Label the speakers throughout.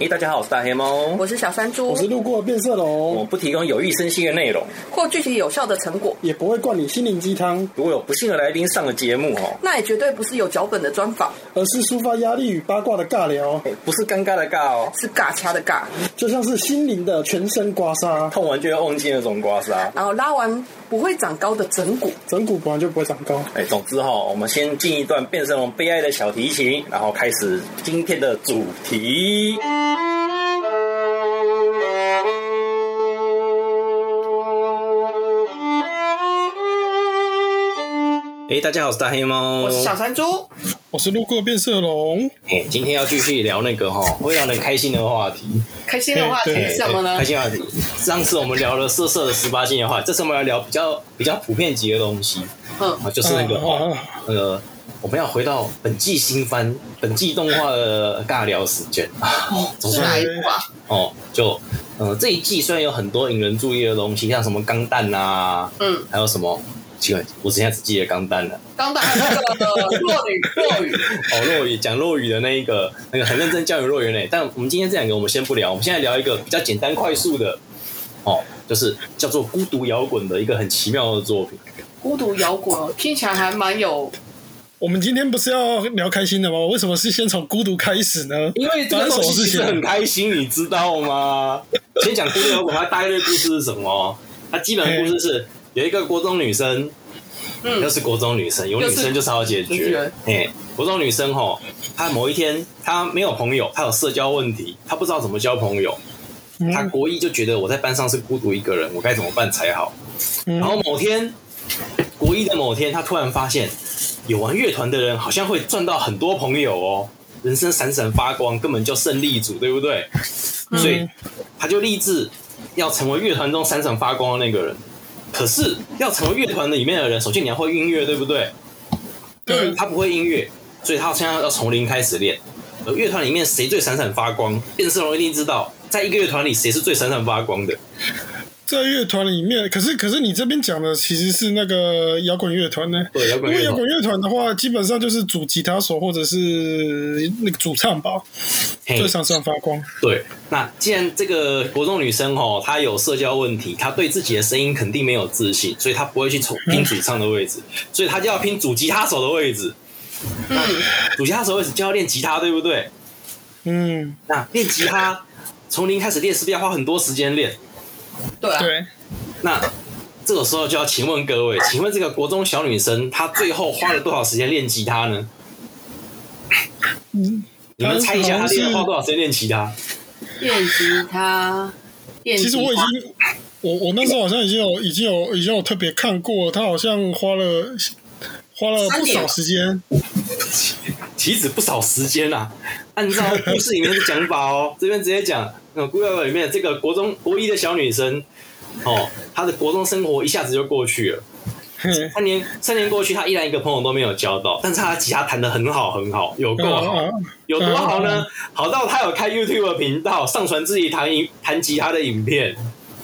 Speaker 1: 哎、大家好，我是大黑猫。
Speaker 2: 我是小山猪
Speaker 3: 我，是路过的变色
Speaker 1: 我
Speaker 3: 龙，
Speaker 1: 不提供有益身心的内容。
Speaker 2: 或具体有效的成果，
Speaker 3: 也不会灌你心灵鸡汤，
Speaker 1: 如果有不幸的来宾上了节目哦，
Speaker 2: 那也绝对不是有脚本的专访，
Speaker 3: 而是抒发压力与八卦的尬聊，
Speaker 1: 哎不是尴尬的尬哦，
Speaker 2: 是尬掐的尬，
Speaker 3: 就像是心灵的全身刮痧。
Speaker 1: 痛完就要忘记那种啊刮痧。
Speaker 2: 然后拉完不会长高的整骨。
Speaker 3: 整骨本来就不会长高，
Speaker 1: 哎，总之哈、哦，我们先进一段变身龙悲哀的小提琴，然后开始今天的主题。哎，大家好，我是大黑猫。
Speaker 2: 山猪，
Speaker 3: 我是路过的变色龙，
Speaker 1: 哎，今天要继续聊那个哈、哦，会让人开心的话题。
Speaker 2: 开心的话题
Speaker 3: 对对
Speaker 2: 是什么呢
Speaker 1: 哎开？心话题。上次我们聊了色色的十八禁的话，这次我们要聊比较比较普遍级的东西
Speaker 2: 嗯，
Speaker 1: 啊，就是那个
Speaker 3: 嗯
Speaker 1: 哦
Speaker 3: 嗯
Speaker 1: 那个。我们要回到本季新番、本季动画的尬聊时间啊，总
Speaker 2: 哦是
Speaker 1: 算
Speaker 2: 哪一
Speaker 3: 哎
Speaker 2: 部啊？
Speaker 1: 哦，就呃这一季虽然有很多引人注意的东西，像什么钢弹啊，
Speaker 2: 嗯，
Speaker 1: 还有什么奇怪，我现在只记得钢弹了。
Speaker 2: 刚才那个落雨，落雨，
Speaker 1: 哦，落雨讲落雨的那一个，那个很认真教育落雨呢。但我们今天这两个我们先不聊，我们现在聊一个比较简单快速的，哦，就是叫做孤独摇滚的一个很奇妙的作品。
Speaker 2: 孤独摇滚哦听起来还蛮有
Speaker 3: 我们今天不是要聊开心的吗？为什么是先从孤独开始呢？
Speaker 1: 因为这个东
Speaker 3: 发生什
Speaker 1: 西其
Speaker 3: 么事
Speaker 1: 实
Speaker 3: 情
Speaker 1: 很开心，你知道吗？先讲孤独摇滚，它大概的故事是什么？它基本的故事是有一个国中女生，
Speaker 2: 嗯
Speaker 1: 又是国中女生，有女生就是好解
Speaker 2: 就是
Speaker 1: 决。哎，国中女生吼，她某一天她没有朋友，她有社交问题，她不知道怎么交朋友。她国一就觉得我在班上是孤独一个人，我该怎么办才好？
Speaker 3: 嗯
Speaker 1: 然后某天，国一的某天，她突然发现，有玩乐团的人好像会赚到很多朋友哦，人生闪闪发光，根本就胜利组，对不对？所以她就立志要成为乐团中闪闪发光的那个人。可是要成为乐团里面的人，首先你要会音乐，对不对？
Speaker 3: 对，
Speaker 1: 他不会音乐，所以他现在要从零开始练。而乐团里面谁最闪闪发光，变色龙一定知道，在一个乐团里谁是最闪闪发光的。
Speaker 3: 在乐团里面，可是可是你这边讲的其实是那个摇滚乐团呢。
Speaker 1: 对，摇
Speaker 3: 因
Speaker 1: 滚
Speaker 3: 为
Speaker 1: 乐
Speaker 3: 摇
Speaker 1: 团
Speaker 3: 滚，乐团的话，基本上就是主吉他手或者是那个主唱吧，
Speaker 1: 嘿
Speaker 3: 最闪闪发光。
Speaker 1: 对。那既然这个国中女生哦，她有社交问题，她对自己的声音肯定没有自信，所以她不会去从拼主唱的位置，
Speaker 3: 嗯
Speaker 1: 所以她就要拼主吉他手的位置。那主吉他手的位置就要练吉他，对不对？
Speaker 3: 嗯，
Speaker 1: 那练吉他从零开始练，是不是要花很多时间练？
Speaker 2: 对啊，
Speaker 3: 对，
Speaker 1: 那这个时候就要请问各位，请问这个国中小女生她最后花了多少时间练吉他呢？你们猜一下，她练花多少时间练吉他？
Speaker 2: 练吉他，练吉
Speaker 3: 其
Speaker 2: 他
Speaker 3: 实我已经，我我那时候好像已经有已经有已经有特别看过，他好像花了花了不少时间，
Speaker 1: 岂止不少时间啊！按照故事里面的讲法哦， 这边直接讲，呃那故事里面这个国中国一的小女生，哦，她的国中生活一下子就过去了。
Speaker 3: 嘿
Speaker 1: 三年三年过去，她依然一个朋友都没有交到，但是她的吉他弹得很好很好，有够好。
Speaker 3: 啊啊
Speaker 1: 有多好呢？好到他有开 YouTube 的频道，上传自己弹音弹吉他的影片，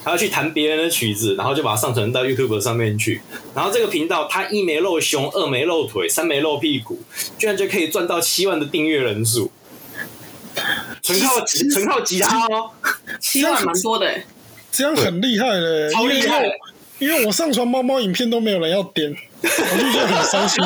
Speaker 1: 他要去弹别人的曲子，然后就把它上传到 YouTube 上面去。然后这个频道，他一没露胸，二没露腿，三没露屁股，居然就可以赚到七万的订阅人数，纯靠吉纯靠吉他哦，
Speaker 2: 七万蛮多的欸，
Speaker 3: 这样很厉害嘞、
Speaker 1: 超
Speaker 3: 因为
Speaker 1: 厉害！
Speaker 3: 因为我上传猫猫影片都没有人要点，我就觉得很伤 心。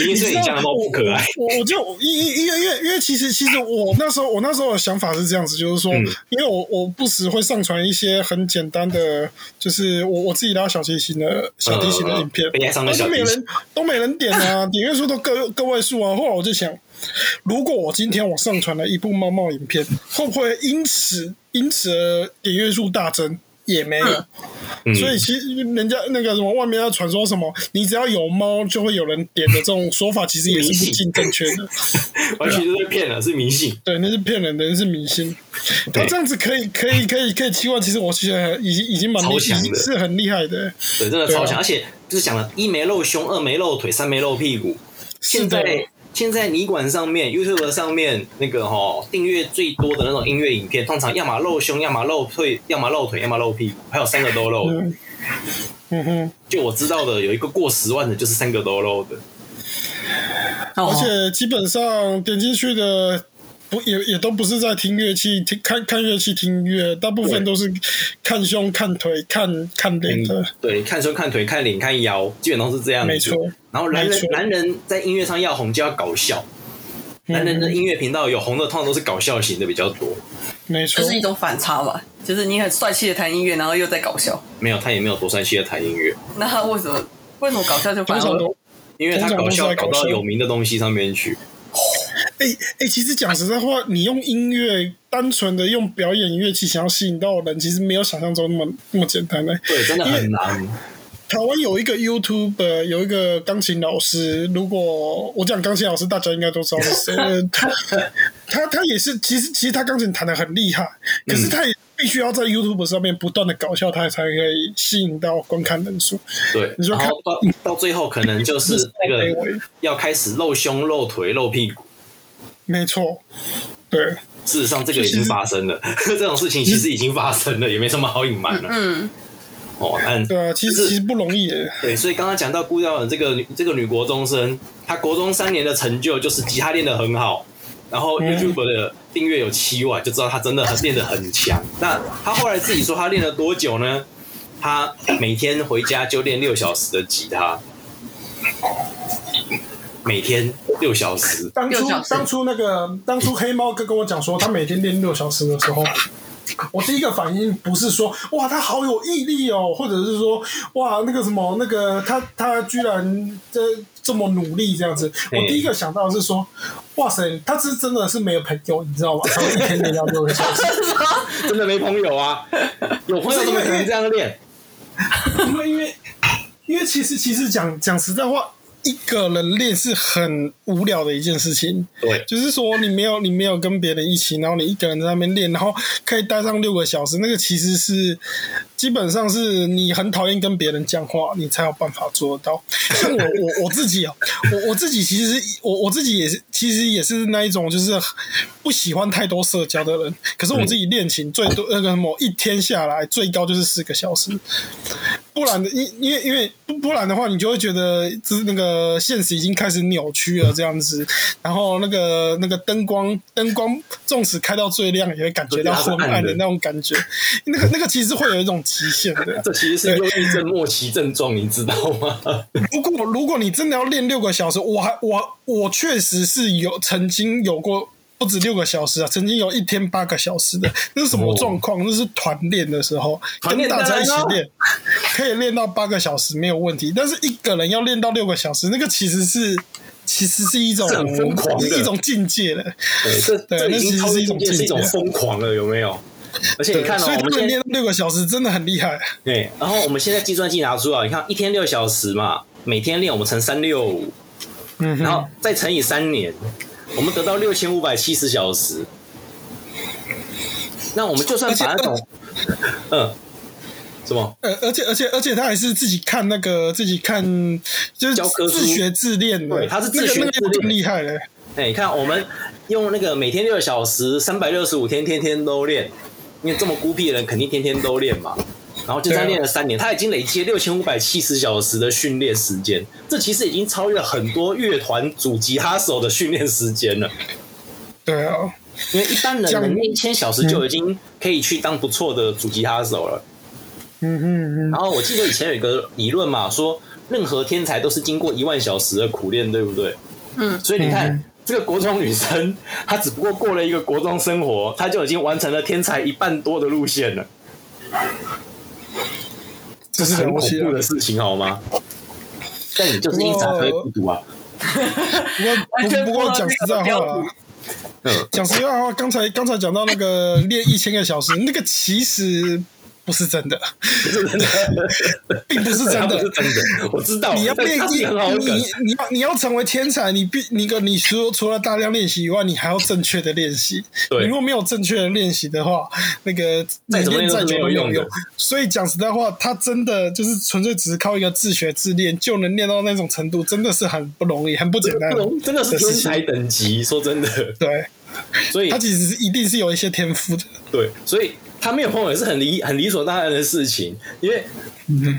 Speaker 1: 因为
Speaker 3: 你
Speaker 1: 这
Speaker 3: 知
Speaker 1: 影
Speaker 3: 道
Speaker 1: 像都不可爱，
Speaker 3: 我我就因因因为因为因为其实其实我那时候我那时候的想法是这样子，就是说，
Speaker 1: 嗯
Speaker 3: 因为我我不时会上传一些很简单的，就是我我自己拉小提琴的小提琴的影
Speaker 1: 嗯
Speaker 3: 片，
Speaker 1: 嗯嗯被爱上了
Speaker 3: 然后
Speaker 1: 小
Speaker 3: 都
Speaker 1: 提
Speaker 3: 没
Speaker 1: 琴
Speaker 3: 人都没人点啊，点阅数都个个位数啊。后来我就想，如果我今天我上传了一部猫猫影片，会不会因此因此而点阅数大增？也没有，
Speaker 1: 嗯
Speaker 3: 所以其实人家那个什么外面要啊传说什么，你只要有猫就会有人点的这种说法，其实也是不尽正确的。
Speaker 1: 完全就是骗了，是迷信。
Speaker 3: 对，那是骗人的，那是迷信。他这样子可以，可以，可以，可以期望，其实我觉得已经已经蛮厉
Speaker 1: 超强的
Speaker 3: 已经是很厉害的。
Speaker 1: 对，真的超强，
Speaker 3: 对啊
Speaker 1: 而且就是讲了一没露胸，二没露腿，三没露屁股。现
Speaker 3: 是的
Speaker 1: 在现在泥管上面、YouTube 上面那个哈、订阅最多的那种音乐影片，通常要么露胸，要么露腿，要么露腿，要么露屁股，还有三个都露的。
Speaker 3: 嗯嗯哼，
Speaker 1: 就我知道的，有一个过十万的，就是三个都露的。
Speaker 2: 而
Speaker 3: 而且基本上点进去的。不也也都不是在听乐器、听看看乐器、听音乐，大部分
Speaker 1: 对
Speaker 3: 都是看胸、看腿、看看脸的。
Speaker 1: 嗯对，看胸、看腿、看脸、看腰，基本都是这样子。
Speaker 3: 没错
Speaker 1: 然后男
Speaker 3: 没
Speaker 1: 人
Speaker 3: 错
Speaker 1: 男人在音乐上要红就要搞笑，男人的
Speaker 3: 嗯，
Speaker 1: 音乐频道有红的，通常都是搞笑型的比较多。
Speaker 3: 没
Speaker 2: 这
Speaker 3: 错，
Speaker 2: 是一种反差吧，就是你很帅气的弹音乐，然后又在搞笑，
Speaker 1: 没有，他也没有多山系的谈音乐，
Speaker 2: 那他为什么为什么搞笑就
Speaker 3: 通
Speaker 2: 反
Speaker 3: 常
Speaker 2: 而
Speaker 3: 都
Speaker 1: 因为他搞笑搞
Speaker 3: 通常都是在搞笑
Speaker 1: 到有名的东西上面去。
Speaker 3: 哎哎、其实讲实在话，你用音乐单纯的用表演乐器想要吸引到人，其实没有想象中那么那么简单的、
Speaker 1: 对，真的很
Speaker 3: 因为
Speaker 1: 难。
Speaker 3: 台湾有一个 YouTube，有呃一个钢琴老师，如果我讲钢琴老师，大家应该都知道是谁。呃 他他他也是，其实其实他钢琴弹的很厉害，可
Speaker 1: 嗯
Speaker 3: 是他也必须要在 YouTube 上面不断的搞笑，他才可以吸引到观看人数。
Speaker 1: 对，
Speaker 3: 你说
Speaker 1: 然
Speaker 3: 看
Speaker 1: 后到到最后可能就是那
Speaker 3: 卑
Speaker 1: 个
Speaker 3: 微
Speaker 1: 要开始露胸、露腿、露屁股。
Speaker 3: 没错，对，
Speaker 1: 事实上，这个已经发生了， 这种事情其实已经发生了，也没什么好隐瞒了。
Speaker 2: 嗯，
Speaker 1: 哦，但
Speaker 3: 对啊，其
Speaker 1: 就是
Speaker 3: 实其实不容易欸耶。
Speaker 1: 对，所以刚刚讲到顾耀文这个女这个女国中生，她国中三年的成就就是吉他练得很好，然后 YouTube 的订阅有七万，就知道她真的很练得很强。那她后来自己说她练了多久呢？她每天回家就练六小时的吉他，每天六小时。
Speaker 3: 当初
Speaker 2: 六小时
Speaker 3: 当初那个当初黑猫哥跟我讲说，他每天练六小时的 时候，我第一个反应不是说哇他好有毅力哦，或者是说哇那个什么那个他他居然这这么努力这样子，
Speaker 1: 嗯
Speaker 3: 我第一个想到的是说哇塞，他是真的是没有朋友，你知道吗？他一天练到六个小 时，
Speaker 1: 真的没朋友啊，有朋友怎么可能这样练？
Speaker 3: 因为因为因为其实其实讲讲实在话。一个人练是很无聊的一件事情，
Speaker 1: 对，
Speaker 3: 就是说你没有你没有跟别人一起，然后你一个人在那边练，然后可以待上六个小时，那个其实是基本上是你很讨厌跟别人讲话，你才有办法做得到。像我我我自己啊，我我自己其实我我自己也是其实也是那一种就是不喜欢太多社交的人，可是我自己练琴最多那个什么一天下来最高就是四个小时，不然的，因因为因为不不然的话，你就会觉得就是那个现实已经开始扭曲了这样子，然后那个那个灯光灯光纵使开到最亮，也会感觉到昏暗的那种感觉，那个那个其实会有一种极限的。
Speaker 1: 这其实是忧郁症末期症状，你知道吗？
Speaker 3: 如果如果你真的要练六个小时，我还我我确实是有曾经有过不止六个小时啊，曾经有一天八个小时的，那是什么状况？那是团练的时候，
Speaker 1: 哦团练
Speaker 3: 跟大家一起
Speaker 1: 当然啊
Speaker 3: 练，可以练到八个小时没有问题。但是一个人要练到六个小时，那个其实是其实是一种
Speaker 1: 是很疯狂的
Speaker 3: 一种境界了。
Speaker 1: 对，这
Speaker 3: 对
Speaker 1: 这已经超
Speaker 3: 那其实是
Speaker 1: 越境
Speaker 3: 一种
Speaker 1: 界，是一种
Speaker 3: 境界
Speaker 1: 疯狂了，有没 有？而且你看哦，
Speaker 3: 所以
Speaker 1: 我
Speaker 3: 他
Speaker 1: 们
Speaker 3: 能
Speaker 1: 现
Speaker 3: 练
Speaker 1: 在
Speaker 3: 到六个小时真的很厉害。
Speaker 1: 对，然后我们现在计算机拿出来，你看一天六小时嘛，每天练我们乘三六五，
Speaker 3: 嗯
Speaker 1: 然后再乘以三年，我们得到六千五百七十小时。那我们就算把那种， 嗯，什么？
Speaker 3: 呃，而且而且而且他还是自己看那个自己看，就是
Speaker 1: 教科书
Speaker 3: 自学自练的，
Speaker 1: 对他是自学
Speaker 3: 那个
Speaker 1: 自
Speaker 3: 那个
Speaker 1: 练
Speaker 3: 更厉害了。
Speaker 1: 哎、你看我们用那个每天六小时，三百六十五天，天天都练。因为这么孤僻的人，肯定天天都练嘛。然后就这样
Speaker 3: 对啊
Speaker 1: 练了三年，他已经累积六千五百七十小时的训练时间，这其实已经超越了很多乐团主吉他手的训练时间了。
Speaker 3: 对啊，
Speaker 1: 因为一般人
Speaker 3: 这样
Speaker 1: 能练一千小时就已经可以去当不错的主吉他手了。
Speaker 3: 嗯哼嗯哼，
Speaker 1: 然后我记得以前有一个理论嘛，说任何天才都是经过一万小时的苦练，对不对？
Speaker 2: 嗯
Speaker 1: 所以你看、
Speaker 3: 嗯
Speaker 1: 这个国中女生，她只不过过了一个国中生活，她就已经完成了天才一半多的路线了，
Speaker 3: 这是
Speaker 1: 很
Speaker 3: 了不
Speaker 1: 恐
Speaker 3: 起啊
Speaker 1: 怖的事情，好吗？但你就是因为才会孤独 啊，
Speaker 3: 不过
Speaker 2: 完全
Speaker 3: 不不
Speaker 2: 符
Speaker 3: 过
Speaker 2: 合
Speaker 3: 讲
Speaker 2: 这
Speaker 3: 实
Speaker 2: 个
Speaker 3: 在
Speaker 2: 标
Speaker 3: 话啦
Speaker 2: 准，
Speaker 1: 嗯，
Speaker 3: 讲实在话，刚才刚才讲到那个练一千个小时，那个其实不是真的，
Speaker 1: 真的，
Speaker 3: 并不是真
Speaker 1: 她不
Speaker 3: 的
Speaker 1: 是。真的， 我知道，
Speaker 3: 你要
Speaker 1: 但
Speaker 3: 练
Speaker 1: 她是一
Speaker 3: 一，
Speaker 1: 个很好的
Speaker 3: 你
Speaker 1: 梗，
Speaker 3: 你要你要成为天才，你必那个你除除了大量练习以外，你还要正确的练习。
Speaker 1: 对
Speaker 3: 你如果没有正确的练习的话，那个你
Speaker 1: 再怎么练
Speaker 3: 练
Speaker 1: 都
Speaker 3: 再
Speaker 1: 是
Speaker 3: 久
Speaker 1: 没有
Speaker 3: 都没
Speaker 1: 用
Speaker 3: 有
Speaker 1: 的
Speaker 3: 用。所以讲实在话，他真的就是纯粹只是靠一个自学自练就能练到那种程度，真的是很不容易，很不 简单
Speaker 1: 不。容真的是
Speaker 3: 的事
Speaker 1: 天
Speaker 3: 情
Speaker 1: 才等级，说真的，
Speaker 3: 对，
Speaker 1: 所以
Speaker 3: 他其实是一定是有一些天赋的。
Speaker 1: 对，所以他没有朋友也是很理很理所当然的事情，因为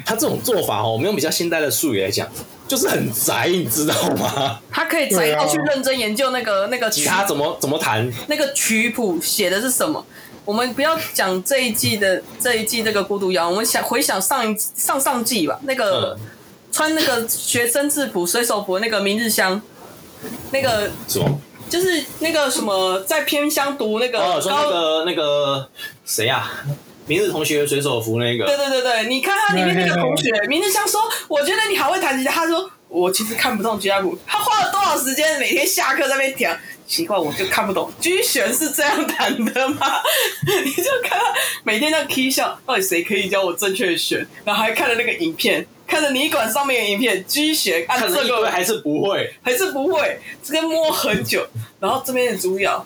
Speaker 1: 他这种做法哦，我们用比较现代的术语来讲，就是很宅，你知道吗？
Speaker 2: 他可以
Speaker 3: 啊
Speaker 2: 宅到去认真研究那个那个
Speaker 1: 吉
Speaker 2: 曲
Speaker 1: 他怎么怎么弹？
Speaker 2: 那个曲谱写的是什么。我们不要讲这一季的这一季这个孤独摇，我们想回想上一上上季吧，那个、
Speaker 1: 嗯，
Speaker 2: 穿那个学生制服水手服那个明日香，那个
Speaker 1: 什么？
Speaker 2: 就是那个什么在偏乡读那个
Speaker 1: 哦，说那
Speaker 2: 呃高，
Speaker 1: 个那个谁呀？明日同学水手服那
Speaker 2: 对
Speaker 1: 个，
Speaker 2: 对对对，你看他里面那个同学明日香说，我觉得你好会弹吉他，他说我其实看不懂吉他谱，他花了多少时间每天下课在那边调。奇怪，我就看不懂，居弦是这样弹的吗？ 你就看他每天在 K 上，到底谁可以教我正确的弦？然后还看了那个影片，看着泥管上面的影片，居弦按
Speaker 1: 看
Speaker 2: 这
Speaker 1: 着一
Speaker 2: 个
Speaker 1: 堆还是不会。
Speaker 2: 还是不会，这个摸很久。然后这边的主角，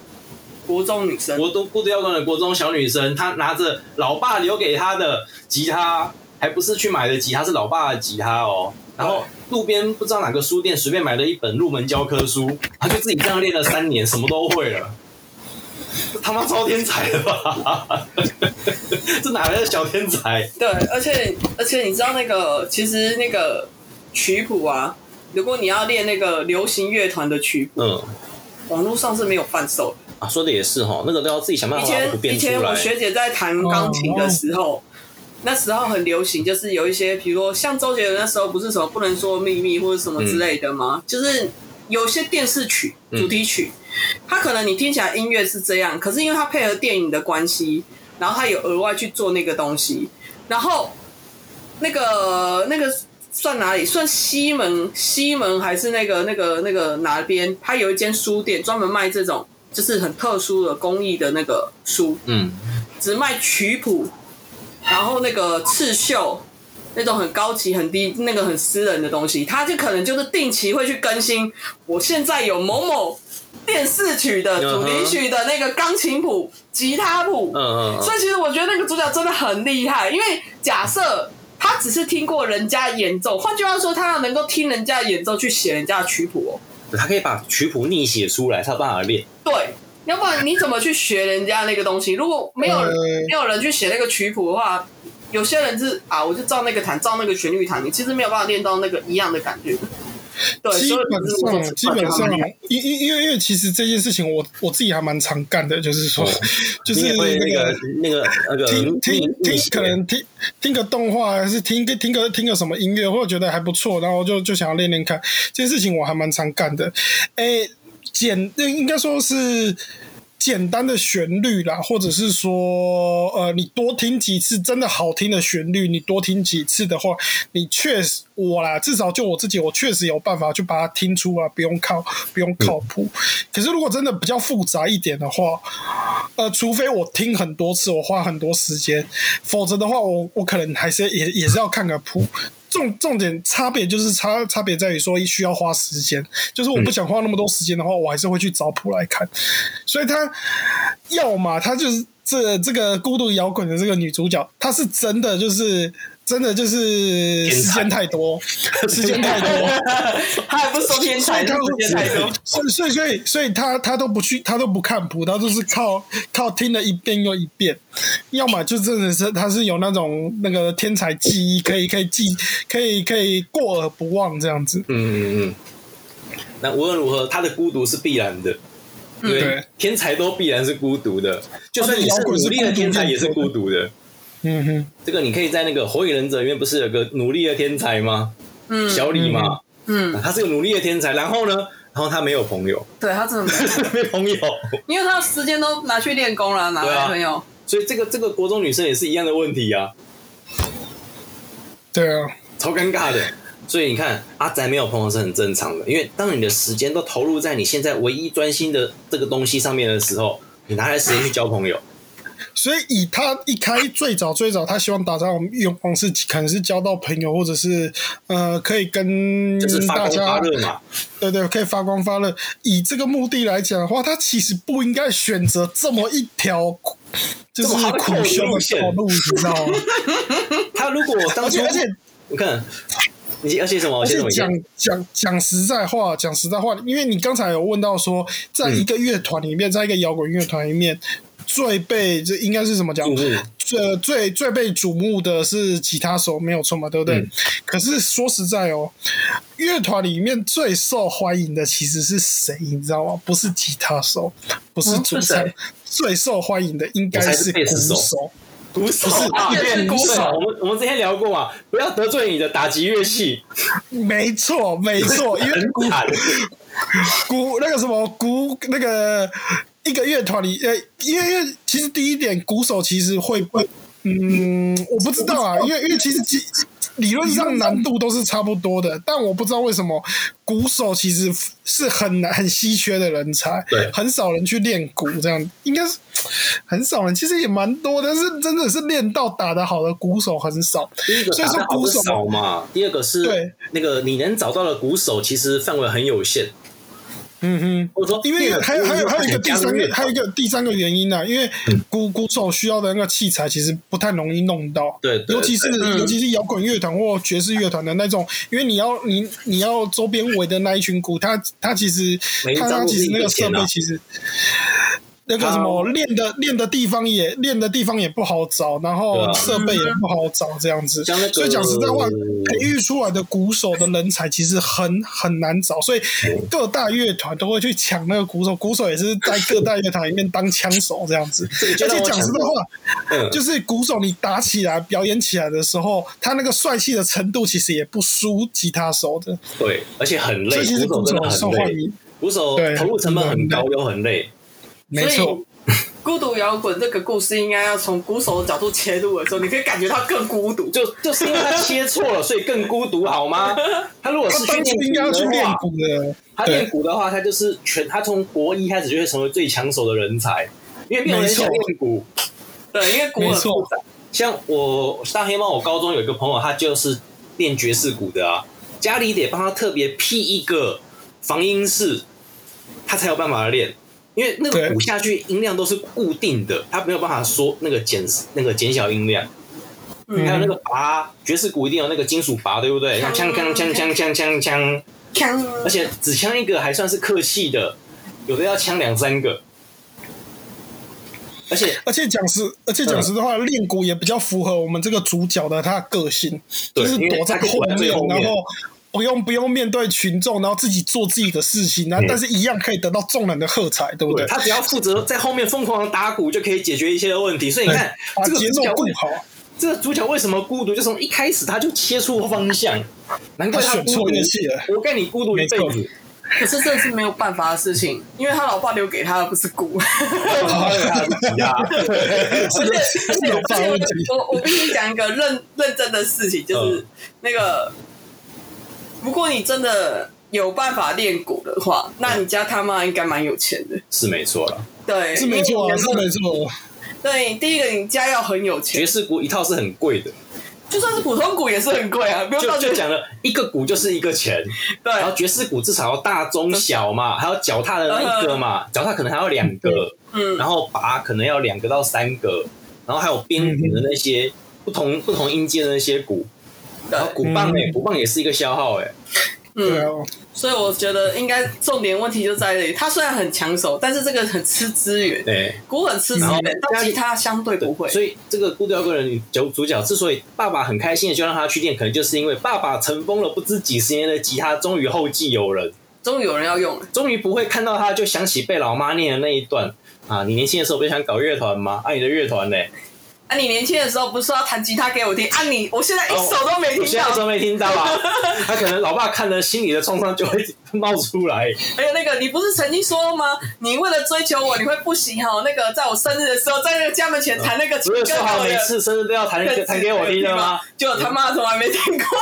Speaker 2: 国中女生，
Speaker 1: 国中孤独摇滚的国中小女生，她拿着老爸留给她的吉他，还不是去买的吉他，是老爸的吉他哦。然后路边不知道哪个书店随便买了一本入门教科书，她就自己这样练了三年，什么都会了。这他妈超天才的吧？ 这哪来的小天才？
Speaker 2: 对，而且而且你知道那个，其实那个曲谱啊，如果你要练那个流行乐团的曲谱，
Speaker 1: 嗯
Speaker 2: 网络上是没有贩售的。
Speaker 1: 啊，说的也是哈，那个都要自己想办
Speaker 2: 以
Speaker 1: 法把谱
Speaker 2: 前
Speaker 1: 变
Speaker 2: 以
Speaker 1: 出
Speaker 2: 前我
Speaker 1: 来。
Speaker 2: 学姐在弹钢琴的时候。那时候很流行，就是有一些，比如说像周杰伦那时候不是什么不能说秘密或者什么之类的吗？就是有些电视曲
Speaker 1: 嗯
Speaker 2: 主题曲，它可能你听起来音乐是这样，可是因为它配合电影的关系，然后它有额外去做那个东西，然后那个那个算哪里？算西门西门还是那个那个那个哪边？它有一间书店专门卖这种就是很特殊的工艺的那个书，
Speaker 1: 嗯，
Speaker 2: 只卖曲谱，然后那个刺绣。那种很高级、很低、那个很私人的东西，它就可能就是定期会去更新。我现在有某某电视曲的主题曲的那个钢琴谱、吉他谱，
Speaker 1: 嗯嗯嗯
Speaker 2: 所以其实我觉得那个主角真的很厉害，因为假设他只是听过人家演奏，换句话说，他要能够听人家演奏去写人家的曲谱哦。
Speaker 1: 他可以把曲谱逆写出来，他有办法练。
Speaker 2: 对，要不然你怎么去学人家那个东西？如果没有、
Speaker 3: 呃
Speaker 2: 没有人去写那个曲谱的话，有些人是啊，我就照那个弹，照那个旋律弹，你其实没有办法练到那个一样的感觉。对，
Speaker 3: 基
Speaker 2: 所以
Speaker 3: 本
Speaker 2: 我
Speaker 3: 上
Speaker 2: 就
Speaker 3: 基本上
Speaker 2: 我就，
Speaker 3: 因因因为因为其实这件事情我我自己还蛮常干的，就是说，
Speaker 2: 哦
Speaker 3: 就
Speaker 1: 你
Speaker 3: 是
Speaker 1: 也会那
Speaker 3: 个
Speaker 1: 个那个那个
Speaker 3: 听听
Speaker 1: 逆逆
Speaker 3: 听
Speaker 1: 写，
Speaker 3: 可能听听个动画，还是听个听个听个什么音乐，或者觉得还不错，然后就就想要练练看。这件事情我还蛮常干的。哎、简应该说是简单的旋律啦，或者是说，呃，你多听几次真的好听的旋律，你多听几次的话，你确实我啦，至少就我自己，我确实有办法去把它听出来，不用靠不用靠谱。可是如果真的比较复杂一点的话，呃，除非我听很多次，我花很多时间，否则的话我，我可能还是也也是要看个谱。重重点差别就是差差别在于说需要花时间，就是我不想花那么多时间的话，我还是会去找谱来看。所以他要么他就是这这个孤独摇滚的这个女主角，她是真的就是真的就是
Speaker 1: 天才
Speaker 3: 时间太多， 时间太多。
Speaker 2: 他还不是说天才，他
Speaker 3: 他
Speaker 2: 是天才多。
Speaker 3: 所以所以所以所以他他都不去，他都不看谱，他都是靠靠听了一遍又一遍，要么就真的是他是有那种那个天才记忆，可以可以记，可以可以过而不忘这样子。
Speaker 1: 嗯嗯嗯。那无论如何，他的孤独是必然的，
Speaker 2: 嗯
Speaker 1: 因为
Speaker 3: 对
Speaker 1: 天才都必然是孤独
Speaker 2: 哦
Speaker 1: 的，就算你是努力的天才，也是孤独的。
Speaker 3: 嗯哼，
Speaker 1: 这个你可以在那个《火影忍者》里面不是有个努力的天才吗？
Speaker 2: 嗯
Speaker 1: 小李嘛，啊
Speaker 2: 嗯，
Speaker 1: 他是个努力的天才，然后呢，然后他没有朋友，
Speaker 2: 对他真的没
Speaker 1: 没
Speaker 2: 有，
Speaker 1: 朋友，
Speaker 2: 因为他的时间都拿去练功了，哪
Speaker 1: 对啊
Speaker 2: 来朋友？
Speaker 1: 所以这个这个国中女生也是一样的问题啊，
Speaker 3: 对啊，
Speaker 1: 超尴尬的。所以你看，阿宅没有朋友是很正常的，因为当你的时间都投入在你现在唯一专心的这个东西上面的时候，你哪来时间去交朋友？
Speaker 3: 所以以他一开最早最早，他希望打造的愿望是可能是交到朋友，或者是呃可以跟
Speaker 1: 就是发
Speaker 3: 嗯大
Speaker 1: 光
Speaker 3: 家
Speaker 1: 发热嘛。
Speaker 3: 对对，可以发光发热。以这个目的来讲的话，他其实不应该选择这么一条就
Speaker 1: 这
Speaker 3: 是
Speaker 1: 么 hardcore
Speaker 3: 苦修
Speaker 1: 的路
Speaker 3: 的
Speaker 1: 线
Speaker 3: 道路，你知道吗？
Speaker 1: 他如 果当
Speaker 3: 而
Speaker 1: 初
Speaker 3: 且，而且
Speaker 1: 你看，你而且什么？
Speaker 3: 而
Speaker 1: 而且
Speaker 3: 且
Speaker 1: 什么？
Speaker 3: 讲讲讲实在话，讲实在话，因为你刚才有问到说，
Speaker 1: 嗯
Speaker 3: 在一个乐团里面，在一个摇滚乐团里面，最被这应该是怎么讲
Speaker 1: 注目？
Speaker 3: 呃最最被瞩目的是吉他手，没有错嘛，对不对？
Speaker 1: 嗯
Speaker 3: 可是说实在哦，乐团里面最受欢迎的其实是谁，你知道吗？不是吉他手，不是
Speaker 2: 嗯
Speaker 3: 主
Speaker 2: 是
Speaker 3: 唱，
Speaker 2: 谁
Speaker 3: 最受欢迎的应该
Speaker 1: 我猜是
Speaker 3: 是
Speaker 1: 贝斯
Speaker 3: 鼓
Speaker 1: 手
Speaker 3: 手。
Speaker 1: 鼓手啊，
Speaker 2: 啊
Speaker 1: 对
Speaker 2: 是鼓手
Speaker 1: 对我们我们之前聊过嘛，不要得罪你的打击乐器，
Speaker 3: 没错，没错，因为
Speaker 1: 很
Speaker 3: 鼓
Speaker 1: 惨。
Speaker 3: 鼓那个什么鼓那个一个乐团里，呃，因为因为其实第一点，鼓手其实会不，嗯，我不知道啊，因为因为其实其理论上难度都是差不多的，但我不知道为什么鼓手其实是很难很稀缺的人才，
Speaker 1: 对
Speaker 3: 很少人去练鼓，这样应该是很少人，其实也蛮多，但是真的是练到打得好的鼓手很少，
Speaker 1: 第一个
Speaker 3: 所以
Speaker 1: 打
Speaker 3: 说
Speaker 1: 得好
Speaker 3: 鼓
Speaker 1: 的
Speaker 3: 手
Speaker 1: 少嘛，第二个
Speaker 3: 对
Speaker 1: 是那个你能找到的鼓手其实范围很有限，
Speaker 3: 嗯哼。
Speaker 1: 或者说
Speaker 3: 因为
Speaker 1: 第二
Speaker 3: 还有还有还有一个
Speaker 1: 你
Speaker 3: 第
Speaker 1: 加入嗯
Speaker 3: 三
Speaker 1: 乐
Speaker 3: 个
Speaker 1: 团
Speaker 3: 还有一个第三个原因呢、因为鼓鼓手需要的那个器材其实不太容易弄到，
Speaker 1: 对对嗯
Speaker 3: 尤其是
Speaker 2: 对
Speaker 3: 尤其是摇滚乐团或爵士乐团的那种，因为你要你你要周边围的那一群鼓，它它其实
Speaker 1: 每一
Speaker 3: 它
Speaker 1: 张
Speaker 3: 它
Speaker 1: 都
Speaker 3: 其实
Speaker 1: 是一
Speaker 3: 那
Speaker 1: 个
Speaker 3: 个设
Speaker 1: 钱啊
Speaker 3: 备其实。那个什么练的练的地方也练的地方也不好找，然
Speaker 1: 对
Speaker 3: 后
Speaker 1: 啊
Speaker 3: 设备也不好找，这样子。
Speaker 1: 像那个
Speaker 3: 所以讲实在话，培育出来的鼓手的人才其实很很难找，所以各大乐团都会去抢那个鼓手，鼓手也是在各大乐团里面当枪手这样 子。
Speaker 1: 个就
Speaker 3: 而
Speaker 1: 让
Speaker 3: 且
Speaker 1: 我
Speaker 3: 讲实在话，
Speaker 1: 嗯，
Speaker 3: 就是鼓手你打起来、表演起来的时候，他那个帅气的程度其实也不输吉他手的，
Speaker 1: 对，而且很累
Speaker 3: 所以，其实
Speaker 1: 鼓手
Speaker 3: 鼓
Speaker 1: 真
Speaker 3: 手
Speaker 1: 的
Speaker 3: 受
Speaker 1: 很
Speaker 3: 欢
Speaker 1: 累，
Speaker 3: 迎。
Speaker 1: 鼓手
Speaker 3: 对
Speaker 1: 投入成本很高又很累，
Speaker 3: 没错，
Speaker 2: 孤独摇滚这个故事应该要从鼓手的角度切入的时候，你可以感觉到更孤独。
Speaker 1: 就就是因为他切错了，所以更孤独好 吗？他如果
Speaker 3: 他
Speaker 1: 是去
Speaker 3: 当初应该要去
Speaker 1: 练
Speaker 3: 练
Speaker 1: 鼓的话，
Speaker 3: 鼓的。
Speaker 1: 他
Speaker 3: 对
Speaker 1: 练鼓的话，他就是全他从国一开始就会成为最抢手的人才，因为没有
Speaker 3: 没
Speaker 1: 人
Speaker 3: 错
Speaker 1: 想练鼓。
Speaker 2: 对，因为鼓
Speaker 3: 没
Speaker 2: 很
Speaker 3: 错
Speaker 2: 复杂。
Speaker 1: 像我大黑猫，我高中有一个朋友，他就是练爵士鼓的啊，家里得帮他特别辟一个防音室，他才有办法练。因为那个
Speaker 3: 对
Speaker 1: 鼓下去音量都是固定的，他没有办法说那个减那个减小音量。
Speaker 2: 嗯
Speaker 1: 还有那个拔，爵士鼓一定有那个金属拔，对不对？像锵锵锵锵锵锵锵，而且只锵一个还算是客气的，有的要锵两三个，而且
Speaker 3: 而且讲实，而且讲实的话，练鼓也比较符合我们这个主角的他的个性，
Speaker 1: 对
Speaker 3: 就是躲在后
Speaker 1: 因为他躲在最后面
Speaker 3: 然后不用不用面对群众，然后自己做自己的事情，然后
Speaker 1: 嗯
Speaker 3: 但是一样可以得到众人的喝彩，对不
Speaker 1: 对
Speaker 3: 对？
Speaker 1: 他只要负 责在后面疯狂的打鼓，就可以解决一些问题。所以你看，
Speaker 3: 把
Speaker 1: 这个
Speaker 3: 节
Speaker 1: 主
Speaker 3: 奏
Speaker 1: 角
Speaker 3: 顾
Speaker 1: 为
Speaker 3: 好，
Speaker 1: 这个主角为什么孤独，就从一开始他就切出方向，难怪
Speaker 3: 他
Speaker 1: 他
Speaker 3: 选
Speaker 1: 孤
Speaker 3: 错
Speaker 1: 独
Speaker 3: 乐器了。
Speaker 1: 我跟你孤独一辈
Speaker 3: 没
Speaker 1: 子，
Speaker 2: 可是这是没有办法的事情，因为他老爸留给他的不是鼓。
Speaker 1: 他会弹 吉
Speaker 3: 啊
Speaker 1: 他
Speaker 3: 这个这
Speaker 2: 而且
Speaker 3: 个
Speaker 2: 我
Speaker 3: 有大问题。
Speaker 2: 我我必须讲一个认认真的事情，就是
Speaker 1: 嗯
Speaker 2: 那个，如果你真的有办法练鼓的话，那你家他妈应该蛮有钱的。
Speaker 1: 是没错了。
Speaker 2: 对，
Speaker 3: 是没错
Speaker 2: 因
Speaker 3: 啊，
Speaker 2: 为
Speaker 3: 是
Speaker 2: 你能够
Speaker 3: 没错。
Speaker 2: 对，第一个你家要很有钱
Speaker 1: 爵，士鼓一套是很贵的，
Speaker 2: 就算是普通鼓也是很贵啊，不用
Speaker 1: 就
Speaker 2: 到
Speaker 1: 就讲了一个鼓就是一个钱。
Speaker 2: 对，
Speaker 1: 然后爵士鼓至少要大、中、小嘛，还有脚踏的那一个嘛，
Speaker 3: 嗯
Speaker 1: 脚踏可能还要两个，
Speaker 2: 嗯，
Speaker 1: 然后拔可能要两个到三个，然后还有
Speaker 3: 嗯
Speaker 1: 边鼓的那些不同不同音阶的那些鼓，然后
Speaker 2: 对，
Speaker 1: 鼓棒哎，
Speaker 3: 嗯
Speaker 1: 鼓棒也是一个消耗哎，
Speaker 3: 对啊
Speaker 2: 嗯，，所以我觉得应该重点问题就在这里。他虽然很抢手，但是这个很吃资源，
Speaker 1: 对。
Speaker 2: 鼓很吃资
Speaker 1: 然后
Speaker 2: 源，但其他相对不会。
Speaker 1: 所以这个孤独摇滚人主主角之所以爸爸很开心的就让他去练，可能就是因为爸爸尘封了不知几十年的吉他，终于后继有人，
Speaker 2: 终于有人要用了，
Speaker 1: 终于不会看到他就想起被老妈念的那一段啊！你年轻的时候不是想搞乐团吗？啊，你的乐团呢？
Speaker 2: 啊，你年轻的时候不是说要弹吉他给我听啊你？我现在一首都没
Speaker 1: 哦我
Speaker 2: 听
Speaker 1: 现在
Speaker 2: 到。
Speaker 1: 都没听到啊，他可能老爸看了心里的创伤就会冒出来。
Speaker 2: 还哎有那个，你不是曾经说吗？你为了追求我，你会不行哦。那个，在我生日的时候，在那个家门前弹那个情
Speaker 1: 哦不是
Speaker 2: 歌
Speaker 1: 说好每次生日都要弹
Speaker 2: 给我的
Speaker 1: 弹给我听的吗？？
Speaker 2: 结果他妈从来没听过。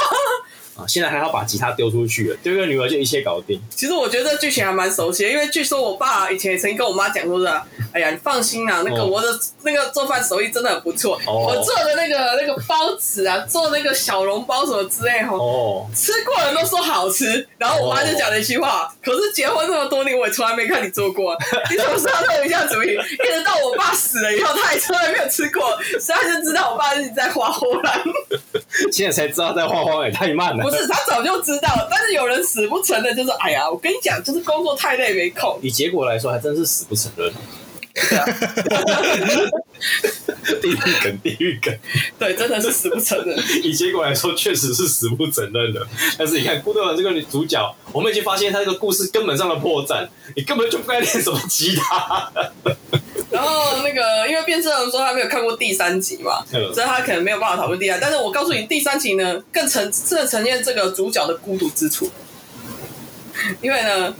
Speaker 1: 啊，现在还要把吉他丢出去了，丢给女儿就一切搞定。
Speaker 2: 其实我觉得这剧情还蛮熟悉的，因为据说我爸以前也曾经跟我妈讲过的。哎呀，你放心啊，那个
Speaker 1: 哦
Speaker 2: 我的、那个做饭手艺真的很不错，
Speaker 1: 哦
Speaker 2: 我做的那个那个包子啊，做那个小笼包什么之类吼，
Speaker 1: 哦，
Speaker 2: 吃过人都说好吃，然后我妈就讲了一句话：“可是结婚这么多年，我也从来没看你做过，啊你怎么知道弄一下主意？一直到我爸死了以后，他也从来没有吃过，所以他就知道我爸一直在画火兰。
Speaker 1: 现在才知道在画画也太慢了。
Speaker 2: 不是，他早就知道，但是有人死不承认，就是哎呀，我跟你讲，就是工作太累没空。
Speaker 1: 以结果来说，还真是死不承认。
Speaker 2: 对啊
Speaker 1: 地狱梗，地狱梗。
Speaker 2: 对，真的是死不承认。
Speaker 1: 以结果来说，确实是死不承认的。但是你看顾队长这个女主角，我们已经发现她这个故事根本上的破绽，你根本就不该练什么吉他。
Speaker 2: 然后那个，因为变色龙说他没有看过第三集嘛，
Speaker 1: 嗯
Speaker 2: 所以他可能没有办法讨论第二。但是我告诉你，第三集呢，更呈更呈现这个主角的孤独之处，因为呢。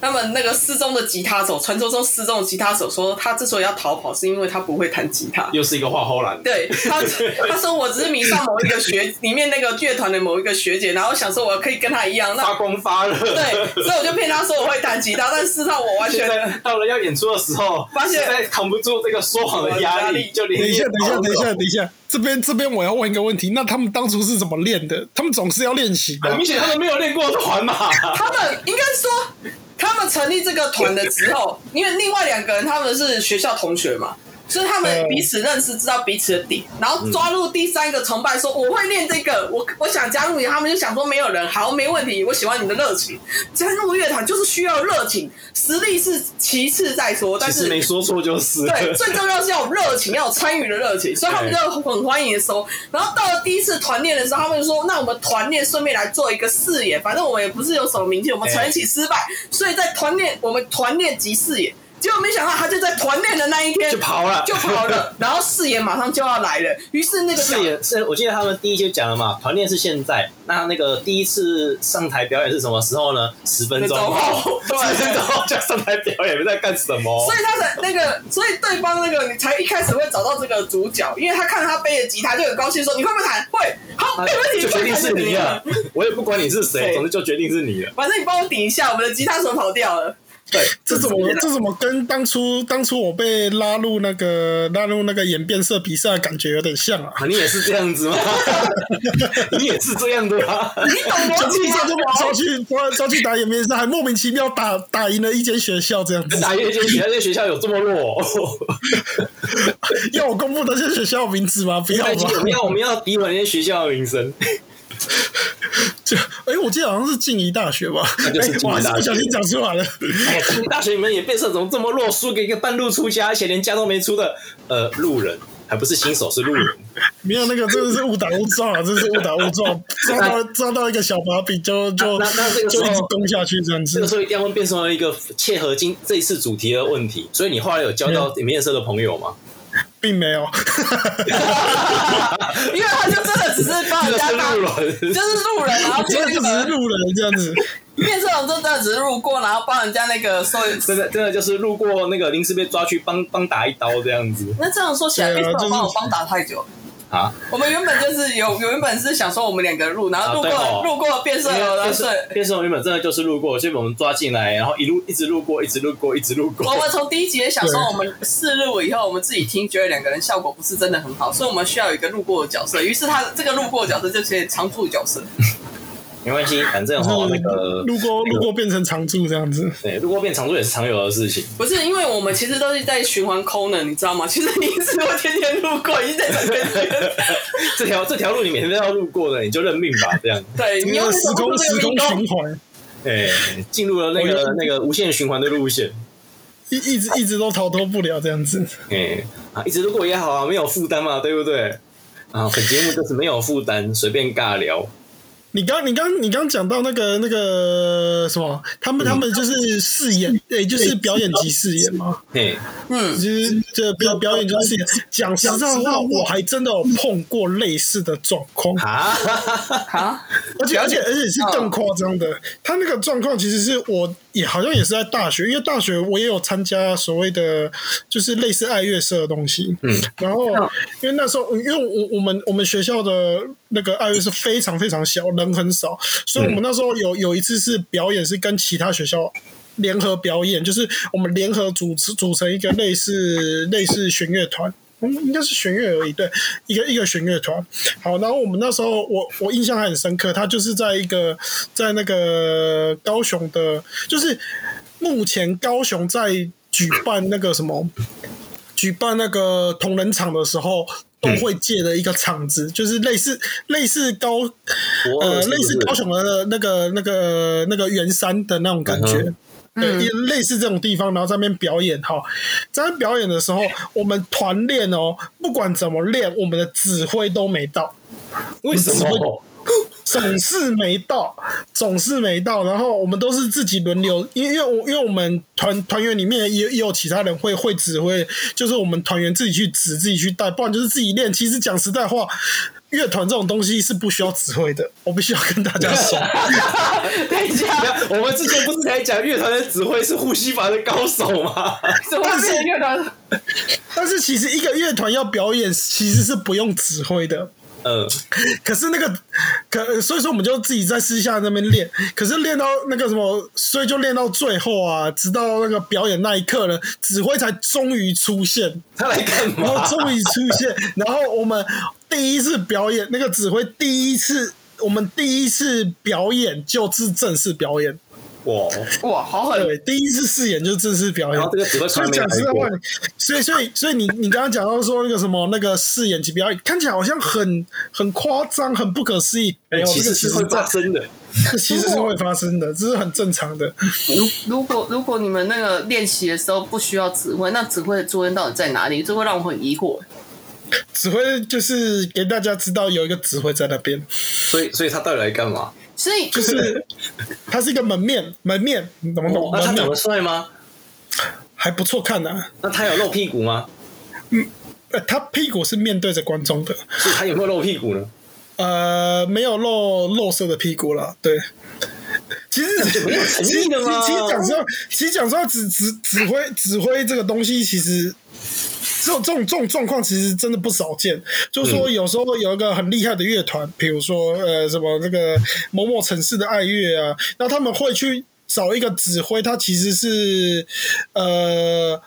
Speaker 2: 他们那个失踪的吉他手，传说中失踪的吉他手说，他之所以要逃跑，是因为他不会弹吉他。
Speaker 1: 又是一个画后栏，
Speaker 2: 对他，他说我只是迷上某一个学里面那个乐团的某一个学姐，然后想说我可以跟她一样，
Speaker 1: 发
Speaker 2: 那
Speaker 1: 光发热。
Speaker 2: 对，所以我就骗她说我会弹吉他，但事实上我完
Speaker 1: 现
Speaker 2: 全
Speaker 1: 在到了要演出的时候，
Speaker 2: 发现
Speaker 1: 实在扛不住这个说谎的压
Speaker 2: 压
Speaker 1: 力，
Speaker 2: 力
Speaker 1: 就连
Speaker 3: 等一
Speaker 1: 夜
Speaker 3: 下，等一下，
Speaker 1: 逃
Speaker 3: 等一下，
Speaker 1: 走
Speaker 3: 等一下，这边这边我要问一个问题，那他们当初是怎么练的？他们总是要练习的
Speaker 1: 很
Speaker 3: 啊
Speaker 1: 明，显他们没有练过团嘛。
Speaker 2: 他们应该说，他们成立这个团的时候，因为另外两个人他们是学校同学嘛，所以他们彼此认识，知道彼此的底，然后抓入第三个崇拜，说我会练这个，我我想加入你，他们就想说没有人，好，没问题，我喜欢你的热情，加入乐团就是需要热情，实力是其次再说，但
Speaker 1: 其实
Speaker 2: 是
Speaker 1: 没说错就是了。
Speaker 2: 对，最重要是要有热情，要有参与的热情，所以他们就很欢迎收。然后到了第一次团练的时候，他们就说：“那我们团练顺便来做一个试演，反正我们也不是有什么名气，我们
Speaker 1: 哎
Speaker 2: 成一起失败，所以在团练我们团练即试演。”结果没想到，他就在团练的那一 天
Speaker 1: 就跑了
Speaker 2: 就 跑了。然后试演马上就要来了，于是那个
Speaker 1: 是也是，我记得他们第一就讲了嘛，团练是现在，那那个第一次上台表演是什么时候呢？十分钟后，
Speaker 2: 对
Speaker 1: 十分钟后就上台表演，在干什么？
Speaker 2: 所以他的那个，所以对方那个你才一开始会找到这个主角，因为他看着他背着吉他就很高兴，说：“你会不会弹？会，好，
Speaker 1: 啊
Speaker 2: 没问题，
Speaker 1: 就决定是你
Speaker 2: 了
Speaker 1: 了。，我也不管你是谁，
Speaker 2: 对
Speaker 1: 总之就决定是你了。
Speaker 2: 反正你帮我顶一下，我们的吉他手跑掉了。
Speaker 1: 对，
Speaker 3: 这怎么这怎么跟当初当初我被拉入那个拉入那个演变色比赛的感觉有点像啊？
Speaker 1: 啊你也是这样 子吗？你也是这样的吗？
Speaker 2: 你懂逻
Speaker 3: 就一
Speaker 2: 辑
Speaker 3: 下就被抓
Speaker 2: 吗？
Speaker 3: 去抓抓去打演变色，还莫名其妙打打赢了一间学校这样 子。
Speaker 1: 打乐间学校，这学校有这么弱？
Speaker 3: 要我公布那些学校的名字吗？不 要
Speaker 1: 我
Speaker 3: 吧。
Speaker 1: 们要我们要诋毁那些学校的名声。
Speaker 3: 就哎、我记得好像是静宜大学吧？
Speaker 1: 那就是静宜
Speaker 3: 哎我还是
Speaker 1: 大学
Speaker 3: 不小心讲出来了。
Speaker 1: 哎呀，清 大学里面也变色怎么这么弱，输给一个半路出家，而且连家都没出的呃路人，还不是新手，是路人。
Speaker 3: 嗯没有那个真的是误打误撞啊，真是误打误 撞，抓到抓到一个小把柄就就
Speaker 1: 那那这个时
Speaker 3: 就
Speaker 1: 候
Speaker 3: 一直攻下去这样
Speaker 1: 这
Speaker 3: 子
Speaker 1: 个。时候一定要问变成了一个切合今这一次主题的问题。所以你后来有交到面色的朋友 吗？
Speaker 3: 并没 有，
Speaker 2: 因为他就真的只是帮
Speaker 1: 这
Speaker 2: 人
Speaker 1: 个
Speaker 2: 家
Speaker 1: 是
Speaker 2: 当，
Speaker 1: 路人，
Speaker 2: 就是路人，然后
Speaker 3: 真 的就只
Speaker 2: 就那
Speaker 3: 是
Speaker 2: 个
Speaker 3: 路人这样子。
Speaker 2: 变色龙就真的只是路过，然后帮人家那个收。
Speaker 1: 真的真的就是路过那个临时被抓去帮帮打一刀这样子
Speaker 2: 那这样说起来，
Speaker 3: 对
Speaker 2: 变
Speaker 3: 啊
Speaker 2: 色龙帮
Speaker 3: 就是
Speaker 2: 我帮打太久了。
Speaker 1: 啊。
Speaker 2: 我们原本就是有有原本是想说我们两个录，然后
Speaker 1: 啊
Speaker 2: 路
Speaker 1: 对哦
Speaker 2: 过路过变色龙，然后
Speaker 1: 变
Speaker 2: 是
Speaker 1: 色变色龙原本真的就是路过，所以我们抓进来，然后一路一直路过，一直路过，一直路
Speaker 2: 我
Speaker 1: 过。
Speaker 2: 们从第一集也想说
Speaker 3: 对，
Speaker 2: 我们试录以后，我们自己听觉得两个人效果不是真的很好，所以我们需要有一个路过的角色。于是他这个路过的角色就是常驻角色。
Speaker 1: 没关系，反正哈那个
Speaker 3: 嗯路过
Speaker 1: 那个
Speaker 3: 路过变成常驻这样子，
Speaker 1: 对路过变常驻也是常有的事情。
Speaker 2: 不是，因为我们其实都是在循环抠呢，你知道吗？其实你一直会天天路过，一直在转圈圈。
Speaker 1: 这条这条路你每天都要路过的，你就认命吧，这样。
Speaker 2: 对，你
Speaker 3: 那
Speaker 2: 又
Speaker 3: 个
Speaker 2: 是
Speaker 3: 时
Speaker 2: 走
Speaker 3: 空
Speaker 2: 过这
Speaker 3: 时
Speaker 2: 个
Speaker 3: 空
Speaker 2: 迷宫
Speaker 3: 循，环，
Speaker 1: 哎、进入了那个那个无限循环的路线。
Speaker 3: 一一直一直都逃脱不了这样子。
Speaker 1: 哎、啊，一直路过也好啊，没有负担嘛，对不对？啊，本节目就是没有负担，随便尬聊。
Speaker 3: 你刚你刚你刚讲到那个那个什么，他们他们就是饰演，嗯对，就是表演及饰演嘛，
Speaker 1: 嘿、
Speaker 2: 嗯，
Speaker 3: 就是这表表演就是饰演。讲实在话，我还真的有碰过类似的状况，
Speaker 1: 啊，
Speaker 2: 啊，
Speaker 3: 而且而且啊而且是更夸张的，他那个状况其实是我也好像也是在大学，因为大学我也有参加所谓的就是类似爱乐社的东西，
Speaker 1: 嗯，
Speaker 3: 然后
Speaker 2: 嗯
Speaker 3: 因为那时候因为我我们我们学校的那个爱乐社非常非常小，人很少，所以我们那时候有有一次是表演是跟其他学校。联合表演就是我们联合组织组成一个类似 类似弦乐团，嗯，应该是弦乐而已，对，一个一个弦乐团。好，然后我们那时候我我印象还很深刻，他就是在一个在那个高雄的，就是目前高雄在举办那个什么，举办那个同人场的时候。都会借的一个场子，就是类似类似高
Speaker 1: 嗯我
Speaker 3: 呃类似高雄的那个那个那个那个圆山的那种感觉，
Speaker 1: 嗯哼
Speaker 3: 对，也类似这种地方，然后在那边表演哈。在那边表演的时候，我们团练哦，不管怎么练，我们的指挥都没到，
Speaker 1: 为什
Speaker 3: 指挥
Speaker 1: 么？
Speaker 3: 总是没到，总是没到。然后我们都是自己轮流，因为因为我因为我们团团员里面也也有其他人会会指挥，就是我们团员自己去指自己去带，不然就是自己练。其实讲实在话。乐团这种东西是不需要指挥的，我必须要跟大家说。
Speaker 2: 等一下，
Speaker 1: 我们之前不是才讲乐团的指挥是呼吸法的高手吗？
Speaker 2: 怎么是乐团？
Speaker 3: 但是其实一个乐团要表演，其实是不用指挥的。
Speaker 1: 嗯，
Speaker 3: 可是那个，可所以说我们就自己在私下那边练，可是练到那个什么，所以就练到最后啊，直到那个表演那一刻呢，指挥才终于出现，
Speaker 1: 他来干
Speaker 3: 然
Speaker 1: 嘛
Speaker 3: 后？终于出现，然后我们第一次表演，那个指挥第一次，我们第一次表演就是正式表演，
Speaker 1: 哇！
Speaker 2: 哇，好狠！
Speaker 3: 对，第一次试演就是正式表演，
Speaker 1: 然后这个指挥
Speaker 3: 所
Speaker 1: 从
Speaker 3: 以
Speaker 1: 来没
Speaker 3: 讲实在
Speaker 1: 来
Speaker 3: 话
Speaker 1: 过，，
Speaker 3: 你所以所以所以你你刚刚讲到说那个什么那个饰演及表演，看起来好像很很夸张、很不可思议，没有，
Speaker 1: 哎其实
Speaker 3: 这
Speaker 1: 是
Speaker 3: 其
Speaker 1: 会
Speaker 3: 实
Speaker 1: 发
Speaker 3: 这
Speaker 1: 生的。
Speaker 3: 这其实是会发生的，这是很正常的。
Speaker 2: 如如果如果你们那个练习的时候不需要指挥，那指挥的作用到底在哪里？这会让我很疑惑。
Speaker 3: 指挥就是给大家知道有一个指挥在那边，
Speaker 1: 所以，所以他到底来干嘛？
Speaker 2: 所以
Speaker 3: 就是 它是一个门面，门面你懂不懂？
Speaker 1: 哦那他
Speaker 3: 门
Speaker 1: 长
Speaker 3: 面
Speaker 1: 得帅吗？
Speaker 3: 还不错看呐、
Speaker 1: 那他有露屁股吗？
Speaker 3: 呃，他屁股是面对着观众的，
Speaker 1: 所以他有没有露屁股呢？
Speaker 3: 呃，没有露露色的屁股了，对。其实，其实
Speaker 1: 没有诚
Speaker 3: 其实
Speaker 1: 意的吗
Speaker 3: 其实讲实话，其实讲实话，指指指挥指挥这个东西，其实这种这种这种状况，其实真的不少见。就是说，有时候有一个很厉害的乐团，比如说呃什么那个某某城市的爱乐啊，那他们会去找一个指挥，他其实是呃。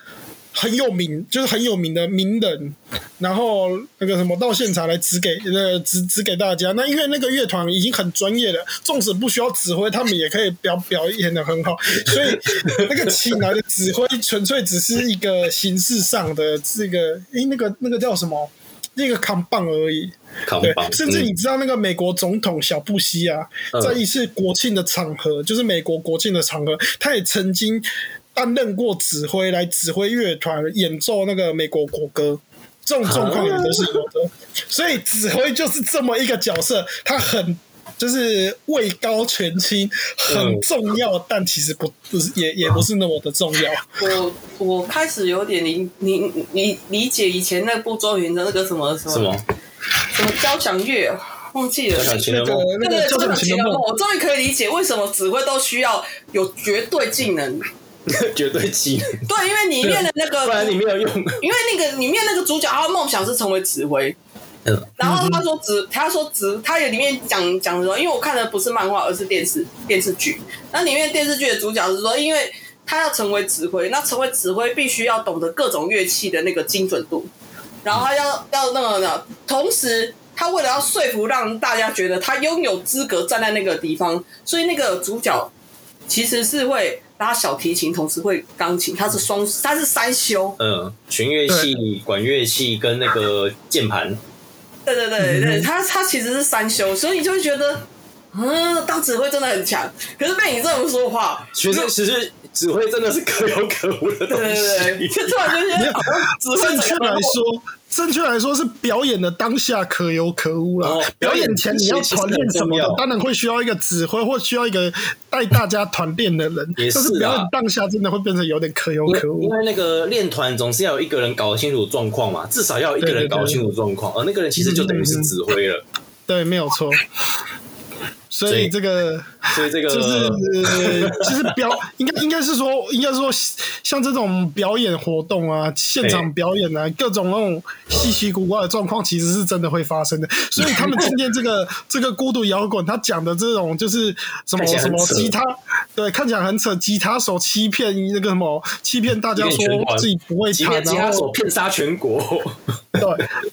Speaker 3: 很有名，就是很有名的名人，然后那个什么到现场来指给呃指指给大家。那因为那个乐团已经很专业了，纵使不需要指挥，他们也可以表表演的很好。所以那个请来的指挥纯粹只是一个形式上的这个，诶，那个那个叫什么？那个扛棒而已，
Speaker 1: 扛
Speaker 3: 对，
Speaker 1: 棒，
Speaker 3: 甚至
Speaker 1: 嗯
Speaker 3: 你知道那个美国总统小布希啊，
Speaker 1: 嗯
Speaker 3: 在一次国庆的场合，就是美国国庆的场合，他也曾经担任过指挥，来指挥乐团演奏那个美国国歌。这种状况也都是有的，
Speaker 1: 啊
Speaker 3: 所以指挥就是这么一个角色，他很就是位高权轻，很
Speaker 1: 嗯
Speaker 3: 重要，但其实不不是也也不是那么的重要。
Speaker 1: 嗯
Speaker 2: 我我开始有点理理理理解以前那部周云的那个什么什么
Speaker 1: 什么？
Speaker 2: 什么交响乐，忘记了
Speaker 1: 交。响情
Speaker 3: 那
Speaker 1: 人
Speaker 3: 个
Speaker 1: 梦？
Speaker 3: 那
Speaker 2: 对
Speaker 3: 个交响
Speaker 2: 对
Speaker 3: 情人梦，
Speaker 2: 我终于可以理解为什么指挥都需要有绝对技能。
Speaker 1: 绝对技 能，
Speaker 2: 对，因为你念的那个，
Speaker 1: 不然你没有用。
Speaker 2: 因为那个里面那个主角，他的梦想是成为指挥。
Speaker 1: 嗯
Speaker 2: 然后他说指，他说指，他也里面讲讲什么？因为我看的不是漫画，而是电视电视剧。那里面电视剧的主角是说，因为他要成为指挥，那成为指挥必须要懂得各种乐器的那个精准度，然后他要要那个呢，同时。他为了要说服让大家觉得他拥有资格站在那个地方，所以那个主角其实是会拉小提琴，同时会钢琴，他是双，他是三修，
Speaker 1: 嗯，弦乐器、管乐器跟那个键盘，嗯
Speaker 2: 对对对对，他他其实是三修，所以你就会觉得，嗯，当指挥真的很强。可是被你这么说的话，
Speaker 1: 其实其实指挥真的是可有可无的
Speaker 2: 对
Speaker 1: 东
Speaker 2: 对对，
Speaker 1: 西。
Speaker 2: 就突然就觉得好像指挥
Speaker 3: 正确
Speaker 2: 整个
Speaker 3: 来
Speaker 2: 人都
Speaker 3: 说，正确来说是表演的当下可有可无啦。
Speaker 1: 哦
Speaker 3: 表演前你要团练什么
Speaker 1: 表演之前其实很重
Speaker 3: 的
Speaker 1: 要，
Speaker 3: 当然会需要一个指挥或需要一个带大家团练的人。
Speaker 1: 也是
Speaker 3: 但
Speaker 1: 啊
Speaker 3: 是表演当下真的会变成有点可有
Speaker 1: 因为
Speaker 3: 可
Speaker 1: 因
Speaker 3: 无。
Speaker 1: 为那个练团总是要有一个人搞清楚状况嘛，至少要有一个人搞清楚状况，而那个人其实就等于是指挥了，
Speaker 3: 对，没有错。所
Speaker 1: 所
Speaker 3: 以
Speaker 1: 以
Speaker 3: 这个
Speaker 1: 所以这个
Speaker 3: 就是呃就是表，应该应该是说，应该说像这种表演活动啊，现场表演啊，各种那种稀奇古怪的状况，其实是真的会发生的。所以他们今天这个这个孤独摇滚，他讲的这种就是什么
Speaker 1: 看起来
Speaker 3: 什
Speaker 1: 很
Speaker 3: 么
Speaker 1: 扯
Speaker 3: 吉他，对，看起来很扯，吉他手欺骗那个什么，欺骗大家
Speaker 1: 欺骗全
Speaker 3: 说
Speaker 1: 团
Speaker 3: 自己不会
Speaker 1: 即
Speaker 3: 弹，啊
Speaker 1: 便吉他
Speaker 3: 然后
Speaker 1: 手骗杀全 国，
Speaker 3: 对，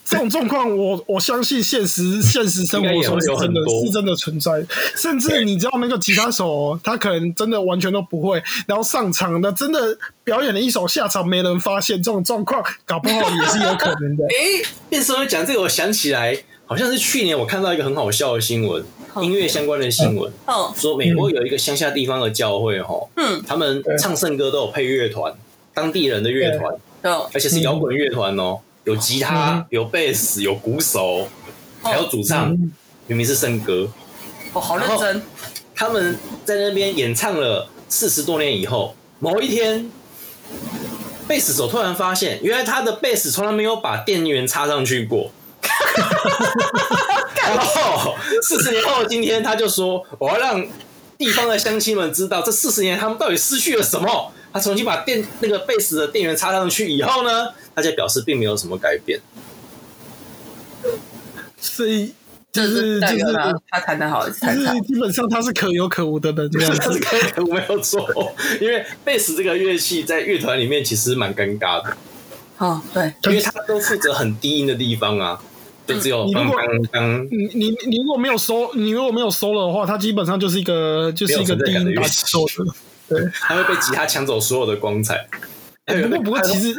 Speaker 3: 这种状况我我相信现实现实生活
Speaker 1: 应该
Speaker 3: 中是
Speaker 1: 也会有
Speaker 3: 真
Speaker 1: 很
Speaker 3: 的
Speaker 1: 多
Speaker 3: 是真的存在的，甚至你知道那个吉他手，哦他可能真的完全都不会，然后上场那真的表演了一首，下场没人发现，这种状况搞不好也是有可能的
Speaker 1: 。诶，变身会讲这个，我想起来，好像是去年我看到一个很好笑的新闻，
Speaker 2: 嗯
Speaker 1: 音乐相关的新闻，
Speaker 2: 嗯
Speaker 1: 说美国有一个乡下地方的教会哈，
Speaker 2: 嗯，
Speaker 1: 他们
Speaker 3: 对
Speaker 1: 唱圣歌都有配乐团，当地人的乐团，
Speaker 2: 有
Speaker 1: 而且是摇滚乐团哦，有吉他
Speaker 3: 嗯、
Speaker 1: 有贝斯、有鼓手，还有主唱，
Speaker 3: 嗯
Speaker 1: 明明是圣歌，
Speaker 2: 我好认真，
Speaker 1: 他们在那边演唱了四十多年以后，某一天，贝斯手突然发现，原来他的贝斯从来没有把电源插上去过。然后四十年后的今天，他就说：“我要让地方的乡亲们知道，这四十年他们到底失去了什么。”他重新把电那个贝斯的电源插上去以后呢，大家表示并没有什么改变。
Speaker 3: 所以就
Speaker 2: 这
Speaker 3: 是
Speaker 2: 是
Speaker 3: 就
Speaker 2: 代
Speaker 3: 是
Speaker 2: 表他他弹的好，
Speaker 3: 就
Speaker 2: 弹得好
Speaker 3: 是。基本上他是可有可无的人这样
Speaker 1: 但是
Speaker 3: 子。
Speaker 1: 可能没有错，因为贝斯这个乐器在乐团里面其实蛮尴尬的，
Speaker 2: 哦，对，
Speaker 1: 因为它都负责很低音的地方啊，就只有
Speaker 3: 嗯你如
Speaker 1: 当
Speaker 3: 果
Speaker 1: 当当，
Speaker 3: 你你你如果没有收，你如果没有收了的话，它基本上就是一个就是一个低音打击收的。
Speaker 1: 它会被吉他抢走所有的光彩。
Speaker 3: 哎不过不过，其实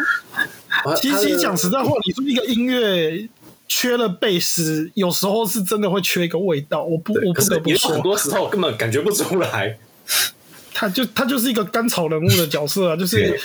Speaker 1: 它
Speaker 3: 其实讲实在话，你说一个音乐缺了贝斯，有时候是真的会缺一个味道。我不
Speaker 1: 对
Speaker 3: 我
Speaker 1: 可
Speaker 3: 不
Speaker 1: 是
Speaker 3: 得不
Speaker 1: 有很
Speaker 3: 说，
Speaker 1: 多时候根本感觉不出来。
Speaker 3: 他就他就是一个甘草人物的角色啊，就是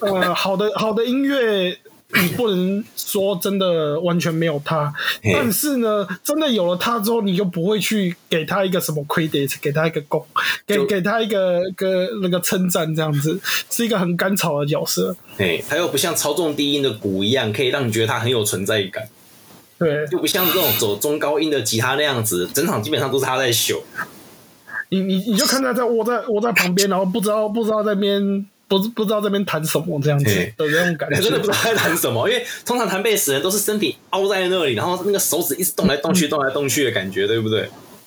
Speaker 3: 呃，好的好的音乐。你不能说真的完全没有他，
Speaker 1: 嘿
Speaker 3: 但是呢，真的有了他之后，你就不会去给他一个什么 credit，给他一个功，给
Speaker 1: 就
Speaker 3: 给他一个个那个称赞，这样子是一个很甘草的角色。
Speaker 1: 哎，它又不像操纵低音的鼓一样，可以让你觉得它很有存在感，
Speaker 3: 对
Speaker 1: 又不像这种走中高音的吉他那样子，整场基本上都是他在 秀。
Speaker 3: 你，你你就看他在窝在窝在旁边，然后不知道不知道在那边不不知道在那边谈什么这样子
Speaker 1: 嘿
Speaker 3: 的那种感
Speaker 1: 我
Speaker 3: 觉，
Speaker 1: 真的不知道在弹什么，因为通常弹贝斯的人都是身体凹在那里，然后那个手指一直动来动去、动来动去的感觉，对不对？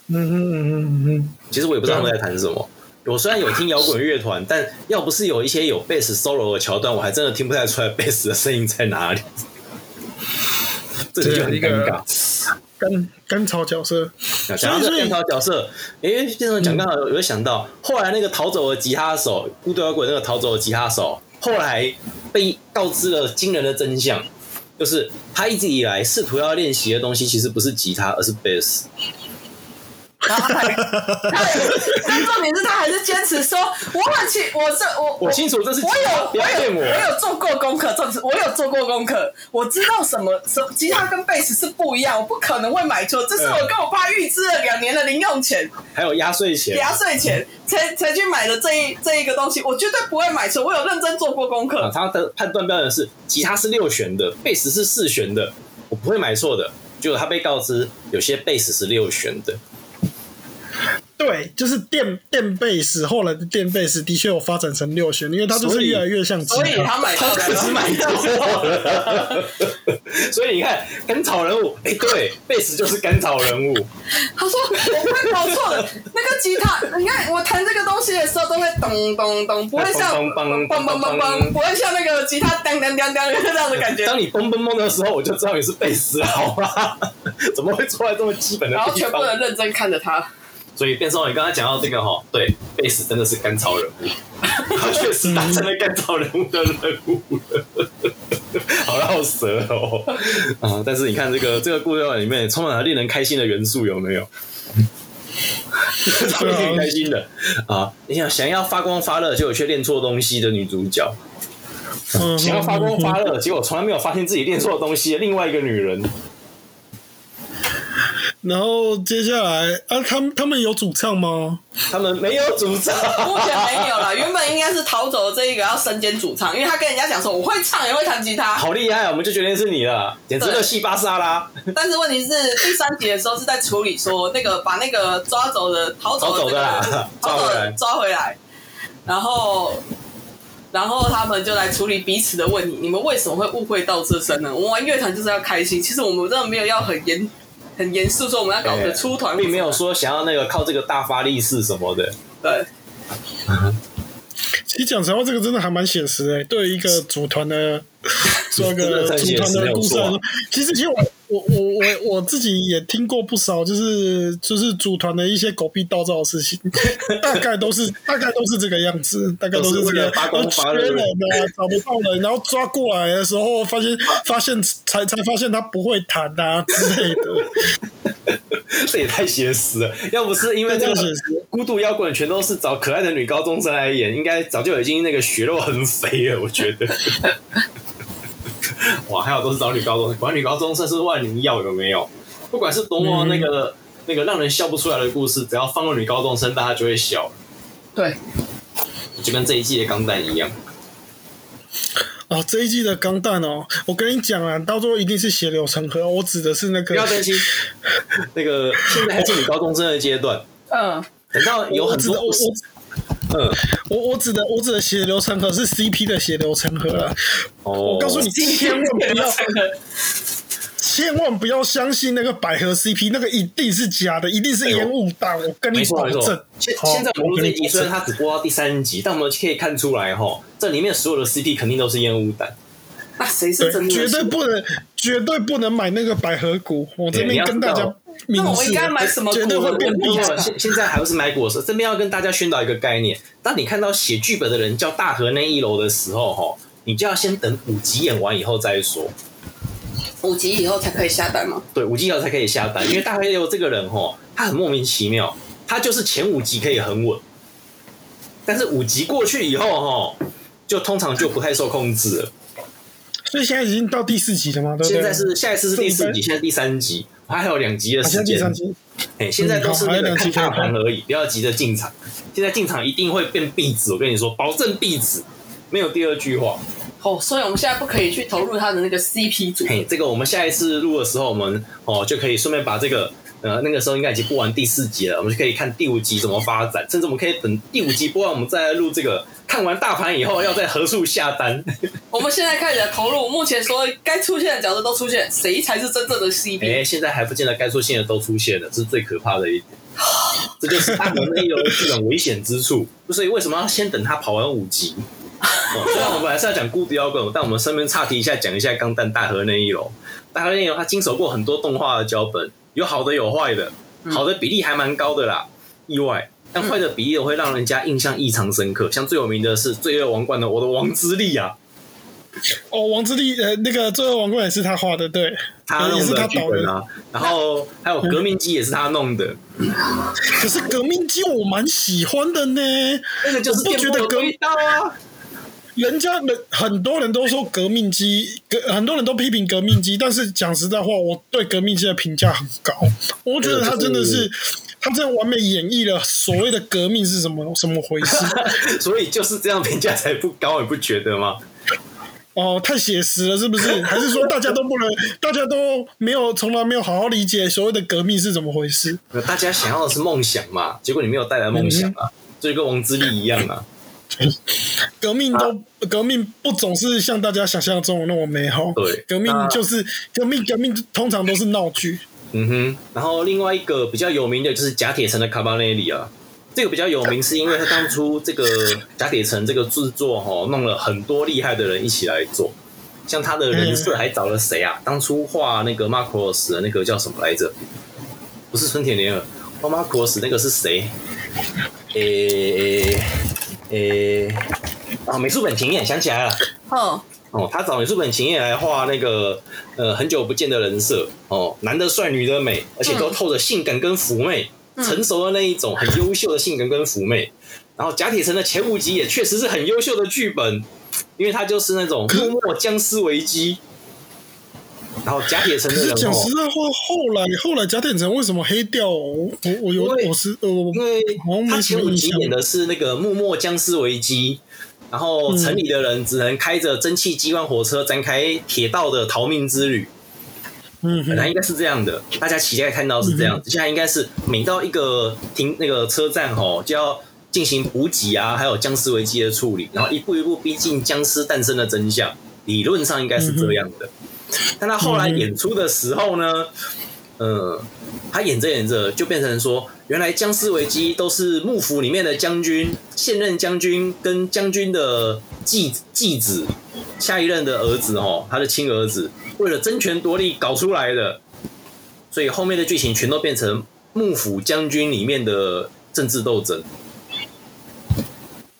Speaker 3: 嗯嗯嗯嗯嗯，
Speaker 1: 其实我也不知道他们在弹什么。我虽然有听摇滚乐团，但要不是有一些有贝斯 solo 的桥段，我还真的听不太出来贝斯的声音在哪里。 这里就很尴尬。
Speaker 3: 甘甘草角色，
Speaker 1: 讲到这个变调角色，因为变成讲刚好
Speaker 2: 嗯
Speaker 1: 有有想到，后来那个逃走的吉他手，孤独摇滚那个逃走的吉他手，后来被告知了惊人的真相，就是他一直以来试图要练习的东西，其实不是吉他，而是贝斯。
Speaker 2: 然后他还，他 还但重点是他还是坚持说，我很清，我这我
Speaker 1: 我清楚这是吉
Speaker 2: 我
Speaker 1: 他，
Speaker 2: 有
Speaker 1: 不要骗
Speaker 2: 我有做过功课，这次我有做过功课，我知道什么什么吉他跟贝斯是不一样，我不可能会买错，这是
Speaker 1: 嗯
Speaker 2: 我跟我爸预支了两年的零用钱、
Speaker 1: 还有压岁钱，啊
Speaker 2: 压岁钱才才去买的这一这一个东西，我绝对不会买错，我有认真做过功
Speaker 1: 啊
Speaker 2: 课，
Speaker 1: 他的判断标准是吉他是六弦的，贝斯是四弦的，我不会买错的。结果他被告知有些贝斯是六弦的，
Speaker 3: 对，就是电电贝斯，后来的电贝斯的确有发展成六弦，因为它就
Speaker 1: 所
Speaker 3: 是
Speaker 1: 以
Speaker 3: 越来越像吉
Speaker 2: 所以
Speaker 3: 他。
Speaker 2: 他买到
Speaker 1: 可是买错了。 所以你看，甘草人物，哎、对，贝斯就是甘草人物，
Speaker 2: 他说我不会搞错的，那个吉他，你看我弹这个东西的时候都会咚咚咚，不会像
Speaker 1: 梆梆梆
Speaker 2: 梆梆梆梆，不会像那个吉他当当当当这样的感觉。
Speaker 1: 当你蹦蹦蹦的时候，我就知道你是贝斯了，好吗？ 怎么会出来这么基本的
Speaker 2: 然后
Speaker 1: 地
Speaker 2: 全部人
Speaker 1: 方？
Speaker 2: 认真看着他，
Speaker 1: 所以变成你刚才讲到这个哈，对，贝斯真的是甘草 人物，他确实达成了甘草人物的任务了。好绕舌哦，啊！但是你看这个这个故事里面充满了令人开心的元素，有 没有？超
Speaker 3: 对啊
Speaker 1: 令人开心的啊！你想想要发光发热，结果却练错东西的女主角，
Speaker 3: 嗯
Speaker 1: 想要发光发热， 结果从来没有发现自己练错东西的另外一个女人，
Speaker 3: 然后接下来啊，他们他们有主唱吗？
Speaker 1: 他们没有主张。
Speaker 2: 目前没有了。原本应该是逃走的这一个要身兼主唱，因为他跟人家讲说我会唱也会弹吉他，
Speaker 1: 好厉害啊！我们就决定是你了，简直热气巴沙啦！
Speaker 2: 但是问题是第三集的时候是在处理说那个把那个抓走的逃走
Speaker 1: 逃走
Speaker 2: 的、这个、
Speaker 1: 的啦抓
Speaker 2: 逃走
Speaker 1: 回来
Speaker 2: 的抓回来，然后然后他们就来处理彼此的问题。你们为什么会误会到这身呢？我们玩乐团就是要开心，其实我们真的没有要很严很严肃说我们要搞个出团，
Speaker 1: 并没有说想要那个靠这个大发力士什么的，
Speaker 2: 对。
Speaker 3: 其实讲实话，这个真的欸还蛮写 实诶、对于一个组团的做一
Speaker 1: 真的
Speaker 3: 个
Speaker 1: 很
Speaker 3: 组
Speaker 1: 写实
Speaker 3: 团的故事来
Speaker 1: 没有
Speaker 3: 说
Speaker 1: 错，
Speaker 3: 其实其实我我我我我自己也听过不少，就是就是组团的一些狗屁倒灶的 事情，大概都是大概都是这个样子，大概是这个，
Speaker 1: 都是为了发光
Speaker 3: 然后
Speaker 1: 发
Speaker 3: 缺
Speaker 1: 热
Speaker 3: 人啊，找不到人，然后抓过来的 时候，发现发现才才发现他不会弹啊 之类的，
Speaker 1: 这也太写实了。要不是因为这个
Speaker 3: 这太写实
Speaker 1: 孤独摇滚全都是找可爱的女高中生来演，应该早就已经那个血肉横飞了。我觉得。 哇，还好都是找女高中生，管女高中生是万灵药有没有？不管是多么那个、那个让人笑不出来的故事，只要放过女高中生，大家就会笑，
Speaker 2: 对，
Speaker 1: 就跟这一季的钢弹一样。
Speaker 3: 啊，这一季的钢弹哦，我跟你讲啊，到最后一定是血流成河。我指的是那
Speaker 1: 不
Speaker 3: 个
Speaker 1: 要，担心， 那个现在还是女高中生的阶段，
Speaker 2: 嗯，
Speaker 1: 等到有
Speaker 3: 我
Speaker 1: 很
Speaker 3: 指
Speaker 1: 多
Speaker 3: 的我我
Speaker 1: 嗯，
Speaker 3: 我我指的我指的血流成河是 CP 的血流成河啊！
Speaker 1: 哦，
Speaker 3: 我告诉你，千万不要，
Speaker 2: 这个
Speaker 3: 千万不要相信那个百合 CP，那个一定是假的，一定是烟雾弹。我跟
Speaker 1: 哎没
Speaker 3: 你
Speaker 1: 错
Speaker 3: 保
Speaker 1: 没错
Speaker 3: 证。。
Speaker 1: 现
Speaker 3: 好
Speaker 1: 现在我
Speaker 3: 我
Speaker 1: 们录
Speaker 3: 跟
Speaker 1: 这
Speaker 3: 你
Speaker 1: 一集，
Speaker 3: 保
Speaker 1: 虽然
Speaker 3: 证。
Speaker 1: 它只播到第三集，但我们可以看出来哈，这里面所有的 CP 肯定都是烟雾弹。
Speaker 2: 那谁是真
Speaker 3: 对，
Speaker 2: 的？
Speaker 3: 绝对不能，绝对不能买那个百合股。我这
Speaker 1: 哎对你要
Speaker 3: 边跟大
Speaker 1: 知
Speaker 3: 家
Speaker 1: 道
Speaker 3: 明
Speaker 2: 那我
Speaker 3: 示
Speaker 2: 应该买什么
Speaker 3: 绝对
Speaker 2: 股
Speaker 3: 会变
Speaker 2: 我
Speaker 3: 壁
Speaker 2: 不
Speaker 3: 纸
Speaker 2: 知道。
Speaker 1: 现现在还不是买果实，这边要跟大家宣导一个概念：当你看到写剧本的人叫大河那一楼的时候，哈，你就要先等五集演完以后再说。
Speaker 2: 五级以后才可以下单吗？
Speaker 1: 对，五季以后才可以下单，因为大黑六这个人吼，他很莫名其妙，他就是前五集可以很稳，但是五集过去以后吼，就通常就不太受控制了。
Speaker 3: 所以现在已经到第四集了嘛，对不对？
Speaker 1: 现在是下一次是第四
Speaker 3: 这
Speaker 1: 集，
Speaker 3: 一
Speaker 1: 现在第三集，还有两集的
Speaker 3: 啊现
Speaker 1: 时
Speaker 3: 在第
Speaker 1: 间
Speaker 3: 三。集。
Speaker 1: 哎，现在都是那个
Speaker 3: 嗯好还有两
Speaker 1: 看
Speaker 3: 集可以
Speaker 1: 大
Speaker 3: 看
Speaker 1: 盘而已，不要急着进场。现在进场一定会变壁纸，我跟你说，保证壁纸，没有第二句话。
Speaker 2: 哦，所以我们现在不可以去投入他的那个 CP 组。
Speaker 1: 嘿，这个我们下一次录的时候，我们哦就可以顺便把这个呃那个时候应该已经播完第四集了，我们就可以看第五集怎么发展，甚至我们可以等第五集播完，我们再来录这个。看完大盘以后，要在何处下单？
Speaker 2: 我们现在开始投入，目前所有该出现的角色都出现，谁才是真正的 CP？、
Speaker 1: 哎，现在还不见得该出现的都出现了，这是最可怕的 一点。这就是大门内游剧本危险之处，所以为什么要先等他跑完五集？哦虽然我们本来是要讲孤独摇滚，但我们顺便岔题一下，讲一下《钢弹大河内一楼》。大河内一楼他经手过很多动画的脚本，有好的有坏的，
Speaker 3: 嗯
Speaker 1: 好的比例还蛮高的啦，意外。但坏的比例会让人家印象异常深
Speaker 3: 嗯
Speaker 1: 刻，像最有名的是《罪恶王冠》的《我的王之力》啊，
Speaker 3: 哦，王之力，呃，那个《最后王冠》也是他画的，对，
Speaker 1: 他
Speaker 3: 也
Speaker 1: 弄
Speaker 3: 是他
Speaker 1: 的剧
Speaker 3: 导
Speaker 1: 本
Speaker 3: 的。
Speaker 1: 啊，然后还有《革命机》也是他弄的，
Speaker 3: 可是革命机我蛮喜欢的呢，
Speaker 1: 那个就是
Speaker 3: 我不觉得
Speaker 1: 电波的
Speaker 3: 革
Speaker 1: 味道啊。
Speaker 3: 人家人很多人都说革命机，革很多人都批评革命机，但是讲实在话，我对革命机的评价很高，我觉得他真的
Speaker 1: 呃
Speaker 3: 是。他这样完美演绎了所谓的革命是什么什么 回事
Speaker 1: 所以就是这样评价才不高，你不觉得吗？
Speaker 3: 哦，太写实了，是不是？还是说大家都不能，大家都没有从来没有好好理解所谓的革命是怎么回事？
Speaker 1: 大家想要的是梦想嘛，结果你没有带来梦想啊，就跟王之力一样啊。
Speaker 3: 革命都、革命不总是像大家想象中的那么美好。
Speaker 1: 对
Speaker 3: 革命
Speaker 1: 那
Speaker 3: 就是革命，革命通常都是闹剧。
Speaker 1: 嗯哼，然后另外一个比较有名的就是甲铁城的卡巴内里啊，这个比较有名是因为他当初这个甲铁城这个制作哈、弄了很多厉害的人一起来做，像他的人设还找了谁啊？当初画那个 Marcos 的那个叫什么来着？不是春田莲儿，画 Marcos 那个是谁？诶诶诶，啊，美术本晴彦想起来了。
Speaker 2: 哼，
Speaker 1: 哦，他找美术本晴也来画那个呃很久不见的人设哦，男的帅，女的美，而且都透着性感跟妩媚，成熟的那一种很优秀的性感跟妩媚。然后贾铁城的前五集也确实是很优秀的剧本，因为他就是那种
Speaker 3: 是
Speaker 1: 幕末僵尸危机。然后贾铁城
Speaker 3: 可
Speaker 1: 的
Speaker 3: 是
Speaker 1: 人
Speaker 3: 讲
Speaker 1: 哦
Speaker 3: 实，在话，后来后来贾典成为什么黑掉、哦？我我有
Speaker 1: 因为
Speaker 3: 我是呃我
Speaker 1: 因为
Speaker 3: 好像
Speaker 1: 他
Speaker 3: 没什
Speaker 1: 前
Speaker 3: 么
Speaker 1: 五
Speaker 3: 印
Speaker 1: 集
Speaker 3: 象。
Speaker 1: 演的是那个幕末僵尸危机，然后城里的人只能开着蒸汽机关火车展开铁道的逃命之旅。
Speaker 3: 嗯
Speaker 1: 本来
Speaker 3: 哼，嗯
Speaker 1: 应该是这样的，大家期待看到是这样子。现在应该是每到一个停那个车站吼，就要进行补给啊，还有僵尸危机的处理，然后一步一步逼近僵尸诞生的真相。理论上应该是这样的，但他后来演出的时候呢，呃，他演着演着就变成说，原来僵尸危机都是幕府里面的将军、现任将军跟将军的继继子、下一任的儿子哦，他的亲儿子为了争权夺利搞出来的，所以后面的剧情全都变成幕府将军里面的政治斗争。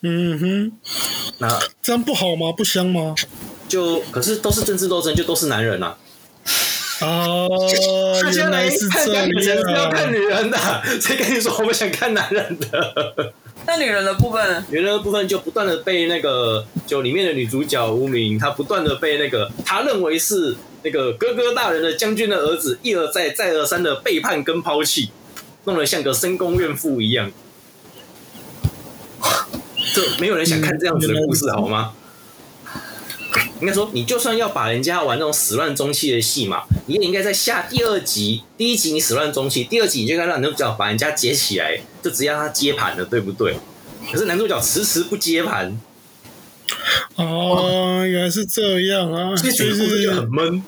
Speaker 3: 嗯哼，
Speaker 1: 那
Speaker 3: 这样不好吗？不香吗？
Speaker 1: 就可是都是政治斗争，就都是男人啊，
Speaker 3: 啊，原来是这啊
Speaker 1: 看女人是要看
Speaker 3: 样。
Speaker 1: 女人的，谁跟你说我们想看男人的？
Speaker 2: 那女人的部分呢？
Speaker 1: 女人的部分就不断的被那个就里面的女主角无名，她不断的被那个她认为是那个哥哥大人的将军的儿子一而再再而三的背叛跟抛弃，弄得像个深宫怨妇一样。这没有人想看这样子的故事，好吗？应该说，你就算要把人家玩那种始乱终弃的戏嘛，你也应该在下第二集。第一集你始乱终弃，第二集你就该让男主角把人家接起来，就直接让他接盘了，对不对？可是男主角迟迟不接盘，
Speaker 3: 嗯哦，原来是这样啊，
Speaker 1: 所
Speaker 3: 就
Speaker 1: 以整个故事
Speaker 3: 是
Speaker 1: 就很闷，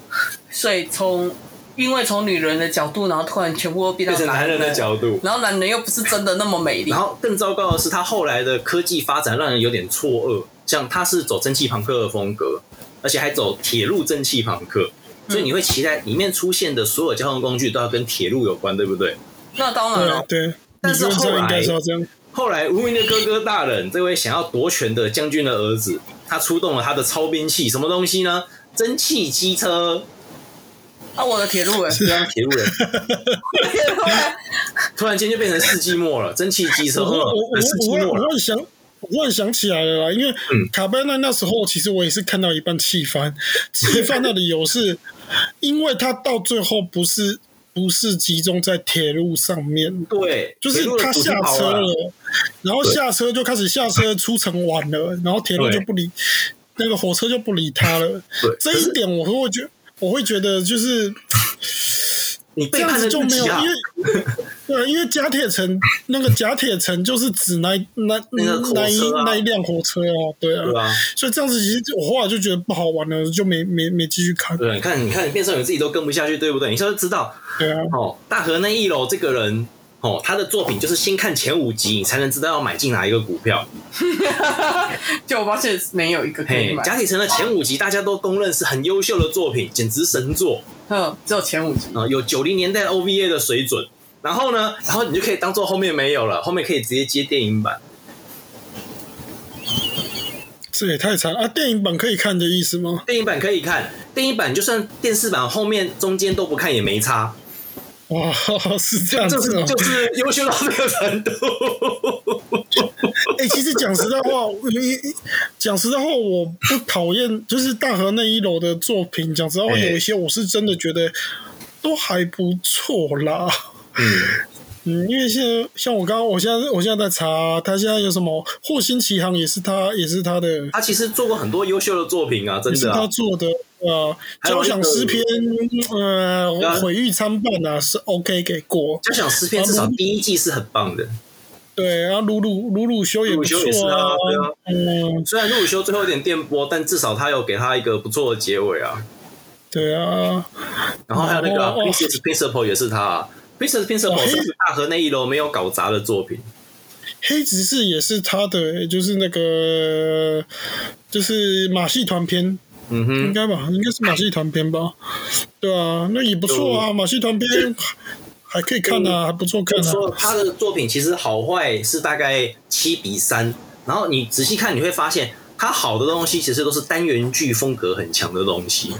Speaker 2: 所以从因为从女人的角度，然后突然全部都变
Speaker 1: 变
Speaker 2: 到
Speaker 1: 成男人的角度。
Speaker 2: 然后男人又不是真的那么美丽
Speaker 1: 然，后更糟糕的是，他后来的科技发展让人有点错愕，像他是走蒸汽朋克的风格，而且还走铁路蒸汽朋克，
Speaker 3: 嗯
Speaker 1: 所以你会期待里面出现的所有交通工具都要跟铁路有关，对不对？
Speaker 2: 那当然
Speaker 3: 对
Speaker 2: 了，
Speaker 3: 对，
Speaker 1: 哦但是
Speaker 3: 理论上
Speaker 1: 后来
Speaker 3: 应该是要这样。
Speaker 1: 后来，无名的哥哥大人，这位想要夺权的将军的儿子，他出动了他的超兵器，什么东西呢？蒸汽机车，
Speaker 2: 啊，我的铁路哎，
Speaker 1: 就像铁路 人，
Speaker 2: 铁路哎，
Speaker 1: 突然间就变成世纪末了，蒸汽机车，
Speaker 3: 我我我
Speaker 1: 嗯世纪
Speaker 3: 我
Speaker 1: 末
Speaker 3: 我
Speaker 1: 了，嗯
Speaker 3: 我想。我也想起来了啦，因为卡贝纳那时候其实我也是看到一半气翻，气翻的理由是，因为他到最后不是不是集中在铁路上面，
Speaker 1: 对，
Speaker 3: 就是
Speaker 1: 铁路的
Speaker 3: 他
Speaker 1: 组织
Speaker 3: 下
Speaker 1: 跑啊
Speaker 3: 车
Speaker 1: 了，
Speaker 3: 了，然后下车就开始下车出城玩了，然后铁路
Speaker 1: 对
Speaker 3: 就不理，那个火车就不理他了
Speaker 1: 对。
Speaker 3: 这一点我会觉，我会觉得就是
Speaker 1: 你
Speaker 3: 这
Speaker 1: 背
Speaker 3: 样
Speaker 1: 叛
Speaker 3: 子
Speaker 1: 了
Speaker 3: 就
Speaker 1: 自
Speaker 3: 没有，
Speaker 1: 己啊
Speaker 3: 因！为 对，啊因为甲铁城那个甲铁城就是指那那
Speaker 1: 那个火车啊
Speaker 3: 那一那一辆火车哦，对啊，
Speaker 1: 对啊，
Speaker 3: 所以这样子其实我后来就觉得不好玩了，就没没没继续看，
Speaker 1: 对，你看，你看，变成你自己都跟不下去，对不对？你就知道
Speaker 3: 对啊，
Speaker 1: 哦，大河那一楼这个人哦，他的作品就是先看前五集，你才能知道要买进哪一个股票。
Speaker 2: 就我发现没有一个可以
Speaker 1: 嘿，
Speaker 2: 买，
Speaker 1: 贾铁城的前五集大家都公认是很优秀的作品，简直神作
Speaker 2: 嗯，只有前五集，
Speaker 1: 啊、呃有九零年代 OVA 的水准。然后呢，然后你就可以当做后面没有了，后面可以直接接电影版。
Speaker 3: 这也太惨啊！电影版可以看的意思吗？
Speaker 1: 电影版可以看，电影版就算电视版后面中间都不看也没差，
Speaker 3: 哇， 是 这样
Speaker 1: 就
Speaker 3: 子
Speaker 1: 是
Speaker 3: 哦。
Speaker 1: 就是优秀到这个程度。
Speaker 3: 哎、其实讲实在话，我你讲实在话，我不讨厌，就是大河那一楼的作品。讲实在话，
Speaker 1: 哎
Speaker 3: 有一些我是真的觉得都还不错啦。
Speaker 1: 嗯，
Speaker 3: 嗯，因为现在像我刚刚，我现在我现在在查，他现在有什么《霍星奇航》也是他，也是他的，
Speaker 1: 他其实做过很多优秀的作品啊，真
Speaker 3: 也是
Speaker 1: 的、
Speaker 3: 他
Speaker 1: 啊。
Speaker 3: 做的。呃，
Speaker 1: 还有
Speaker 3: 交
Speaker 1: 那
Speaker 3: 响
Speaker 1: 个
Speaker 3: 诗篇，
Speaker 1: 啊
Speaker 3: 呃，毁誉参半啊，是 OK 给过。
Speaker 1: 交响诗篇至少第一季是很棒的，
Speaker 3: 对，然后鲁鲁鲁鲁修也
Speaker 1: 鲁
Speaker 3: 不
Speaker 1: 修也是
Speaker 3: 错
Speaker 1: 啊，对啊。
Speaker 3: 嗯，
Speaker 1: 虽然鲁修最后有点电波，但至少他有给他一个不错的结尾啊。
Speaker 3: 对啊，
Speaker 1: 然后还有那个、啊
Speaker 3: 哦哦
Speaker 1: Princess Principal 也是他、啊、，Princess
Speaker 3: 哦
Speaker 1: Principal
Speaker 3: 嘿
Speaker 1: 是大河那一楼没有搞砸的作品，
Speaker 3: 黑执事也是他的，欸就是那个就是马戏团篇，
Speaker 1: 嗯
Speaker 3: 应
Speaker 1: 哼，
Speaker 3: 该吧？应该是马戏团篇吧？对啊，那也不错啊，马戏团篇还可以看啊，还不错看
Speaker 1: 就是
Speaker 3: 啊。
Speaker 1: 说他的作品其实好坏是大概七比三，然后你仔细看你会发现，他好的东西其实都是单元剧风格很强的东西，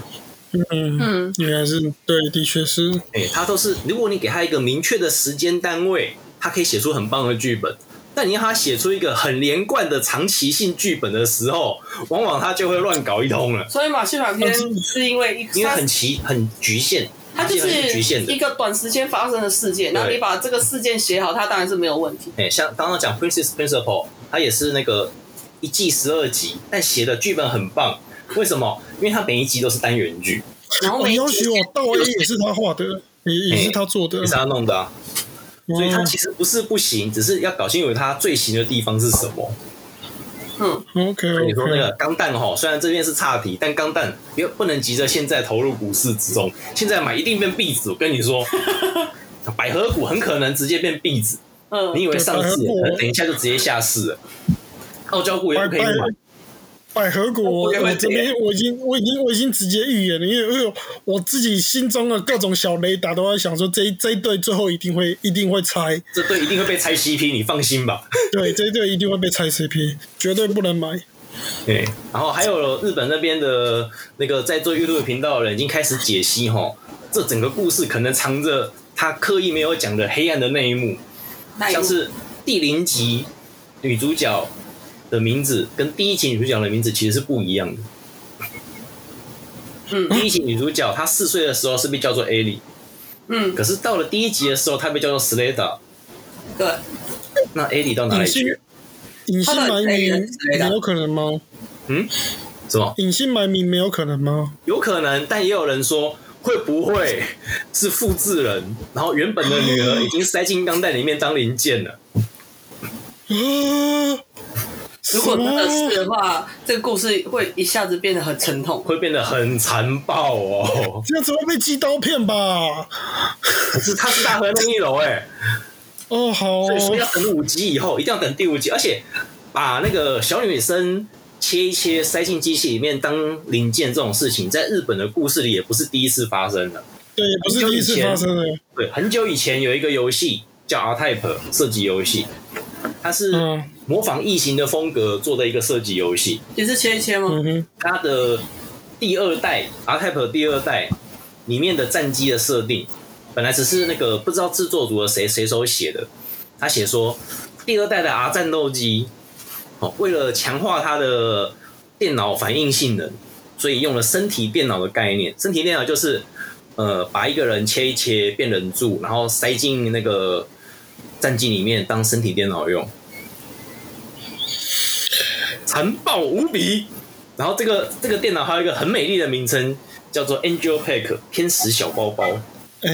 Speaker 3: 嗯，
Speaker 2: 嗯，
Speaker 3: 应该是对，的确是。
Speaker 1: 哎、他都是如果你给他一个明确的时间单位，他可以写出很棒的剧本。但你让他写出一个很连贯的长期性剧本的时候，往往他就会乱搞一通了，
Speaker 2: 所以马戏团篇是因为一
Speaker 1: 因为
Speaker 2: 它
Speaker 1: 很奇很局限，
Speaker 2: 它就
Speaker 1: 很局
Speaker 2: 是
Speaker 1: 限的
Speaker 2: 一。个短时间发生的事件，
Speaker 1: 对
Speaker 2: 然后你把这个事件写好，它当然是没有问题。
Speaker 1: 哎、像刚刚讲《Princess Principal》，它也是那个一季十二集，但写的剧本很棒。为什么？因为它每一集都是单元剧，
Speaker 2: 然后
Speaker 3: 我
Speaker 2: 每一
Speaker 3: 哦要
Speaker 2: 集
Speaker 3: 求我 到 A 也是他画的，也也是他做的
Speaker 1: 也。是他弄的、啊，哎所以他
Speaker 3: 嗯
Speaker 1: 其实不是不行，只是要搞清楚他最行的地方是什么。
Speaker 2: 嗯，
Speaker 3: OK
Speaker 1: 所以你说那
Speaker 3: OK，
Speaker 1: 个钢弹哈，虽然这边是差题，但钢弹也不能急着现在投入股市之中，现在买一定变币值。我跟你说， 百合股很可能直接变币值。
Speaker 2: 嗯，
Speaker 1: 你以为上市
Speaker 3: 哦
Speaker 1: 呃
Speaker 3: 对百合股
Speaker 1: 了，等一下就直接下市了。傲娇股也
Speaker 3: 百
Speaker 1: 不可以
Speaker 3: 百
Speaker 1: 买，
Speaker 3: 百合果，我
Speaker 2: 我也会
Speaker 3: 我这边我已经我已经我已经直接预言了，因为因为我自己心中的各种小雷达都在想说这一这一队最后一定会一定会拆，
Speaker 1: 这队一定会被拆 CP，你放心吧。
Speaker 3: 对，这一队一定会被拆 CP，绝对不能买。
Speaker 1: 对，然后还有日本那边的那个在做 YouTube 频道的人已经开始解析吼，这整个故事可能藏着他刻意没有讲的黑暗的那一幕，
Speaker 2: 那一
Speaker 1: 像
Speaker 2: 幕
Speaker 1: 是第零集女主角的名字跟第一集女主角的名字其实是不一样的。
Speaker 2: 嗯
Speaker 1: 第一集女主角她四岁的时候是被叫做 Ellie，
Speaker 2: 嗯，
Speaker 1: 可是到了第一集的时候，她被叫做 Slada。
Speaker 2: 对，
Speaker 1: 那 Ellie 到哪里
Speaker 3: 隐
Speaker 1: 去
Speaker 3: 姓？隐姓埋名没有可能吗？
Speaker 1: 是吗？
Speaker 3: 隐姓埋名没有可能吗？
Speaker 1: 有可能，但也有人说会不会 是复制人？然后原本的女儿已经塞进钢弹里面当零件了。
Speaker 3: 啊！
Speaker 2: 如
Speaker 3: 什
Speaker 2: 果真
Speaker 3: 么
Speaker 2: 的是的话，这个故事会一下子变得很沉痛。
Speaker 1: 会变得很残暴哦，
Speaker 3: 这样子会被寄刀片吧？
Speaker 1: 可是他是大和那一楼哎，
Speaker 3: 哦，好哦
Speaker 1: 所以说要等五集以后，一定要等第五集，而且把那个小女生切一切塞进机器里面当零件这种事情，在日本的故事里也不是第一次发生了。
Speaker 3: 对，也不是第一次发生的。
Speaker 1: 对，很久以前有一个游戏叫 R Type 射击游戏，它是
Speaker 3: 嗯
Speaker 1: 模仿异形的风格做的一个射击游戏，
Speaker 2: 也是切一切吗？
Speaker 3: 嗯哼，
Speaker 1: 它的第二代 R Type 第二代里面的战机的设定，本来只是那个不知道制作组的谁谁手写的，他写说第二代的 R 战斗机，哦，为了强化它的电脑反应性能，所以用了身体电脑的概念。身体电脑就是呃，把一个人切一切变人柱，然后塞进那个战机里面当身体电脑用，残暴无比。然后这个这个电脑还有一个很美丽的名称，叫做 Angel Pack 天使小包包。
Speaker 3: 哎、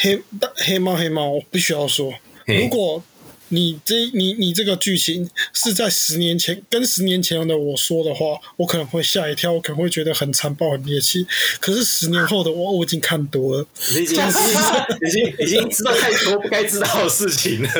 Speaker 3: 黑大黑猫黑猫，我必须要说，
Speaker 1: 嘿
Speaker 3: 如果你这你你这个剧情是在十年前跟十年前的我说的话，我可能会吓一跳，我可能会觉得很残暴、很猎奇。可是十年后的我，我已经看多了，
Speaker 1: 你已 经已经已经知道太多不该知道的事情了，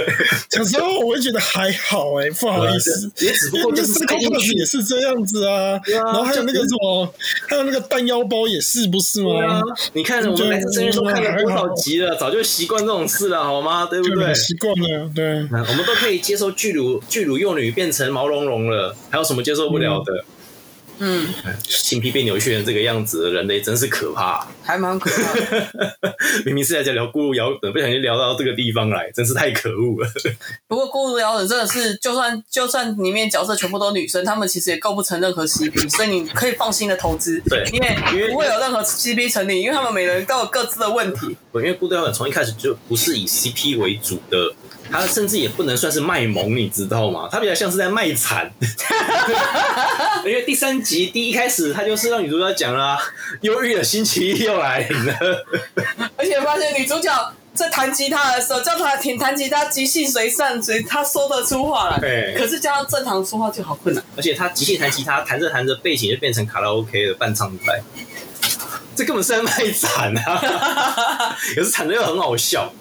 Speaker 3: 小时候我会觉得还好哎、 不好意思。
Speaker 1: 也只啊不
Speaker 3: 因
Speaker 1: 过
Speaker 3: 为
Speaker 1: 就
Speaker 3: 那
Speaker 1: 是
Speaker 3: 四
Speaker 1: 塞
Speaker 3: 空
Speaker 1: 进
Speaker 3: 的
Speaker 1: 去
Speaker 3: 也是这样子啊，
Speaker 1: 啊
Speaker 3: 然后还有那个什么，还有那个弹腰包也是不是
Speaker 1: 对啊
Speaker 3: 吗？！
Speaker 1: 你看我们来自深渊都看了多少集了，早就习惯这种事了，好吗？对不
Speaker 3: 就
Speaker 1: 对
Speaker 3: 很？习惯了，对。
Speaker 1: 嗯我们都可以接受巨乳巨乳幼女变成毛茸茸了，还有什么接受不了的？
Speaker 2: 嗯，
Speaker 1: 性皮被扭曲成这个样子的人类真是可怕、
Speaker 2: 还蛮可怕的。
Speaker 1: 明明是在家聊咕噜摇滚，不小心聊到这个地方来，真是太可恶了。
Speaker 2: 不过《孤独摇滚》真的是，就算就算里面角色全部都女生，她们其实也构不成任何 CP，所以你可以放心的投资，
Speaker 1: 对
Speaker 2: 因
Speaker 1: 因
Speaker 2: 为
Speaker 1: 为
Speaker 2: 不会有任何 CP 成立，因为他们每人都有各自的问题。
Speaker 1: 因为孤独摇滚从一开始就不是以 CP 为主的，它甚至也不能算是卖萌，你知道吗？它比较像是在卖惨。 因为第三集第一开始，它就是让女主角讲啦、忧郁的星期一又来临了。
Speaker 2: 而且发现女主角在弹吉他的时候，叫她弹弹吉他，即兴随善，所以她说得出话来
Speaker 1: 对。
Speaker 2: 可是叫她正常说话就好困难。
Speaker 1: 而且他即兴弹吉他，弹着弹着背景就变成卡拉 OK 的伴唱带，这根本是在卖惨啊！ 可是惨的又很好笑，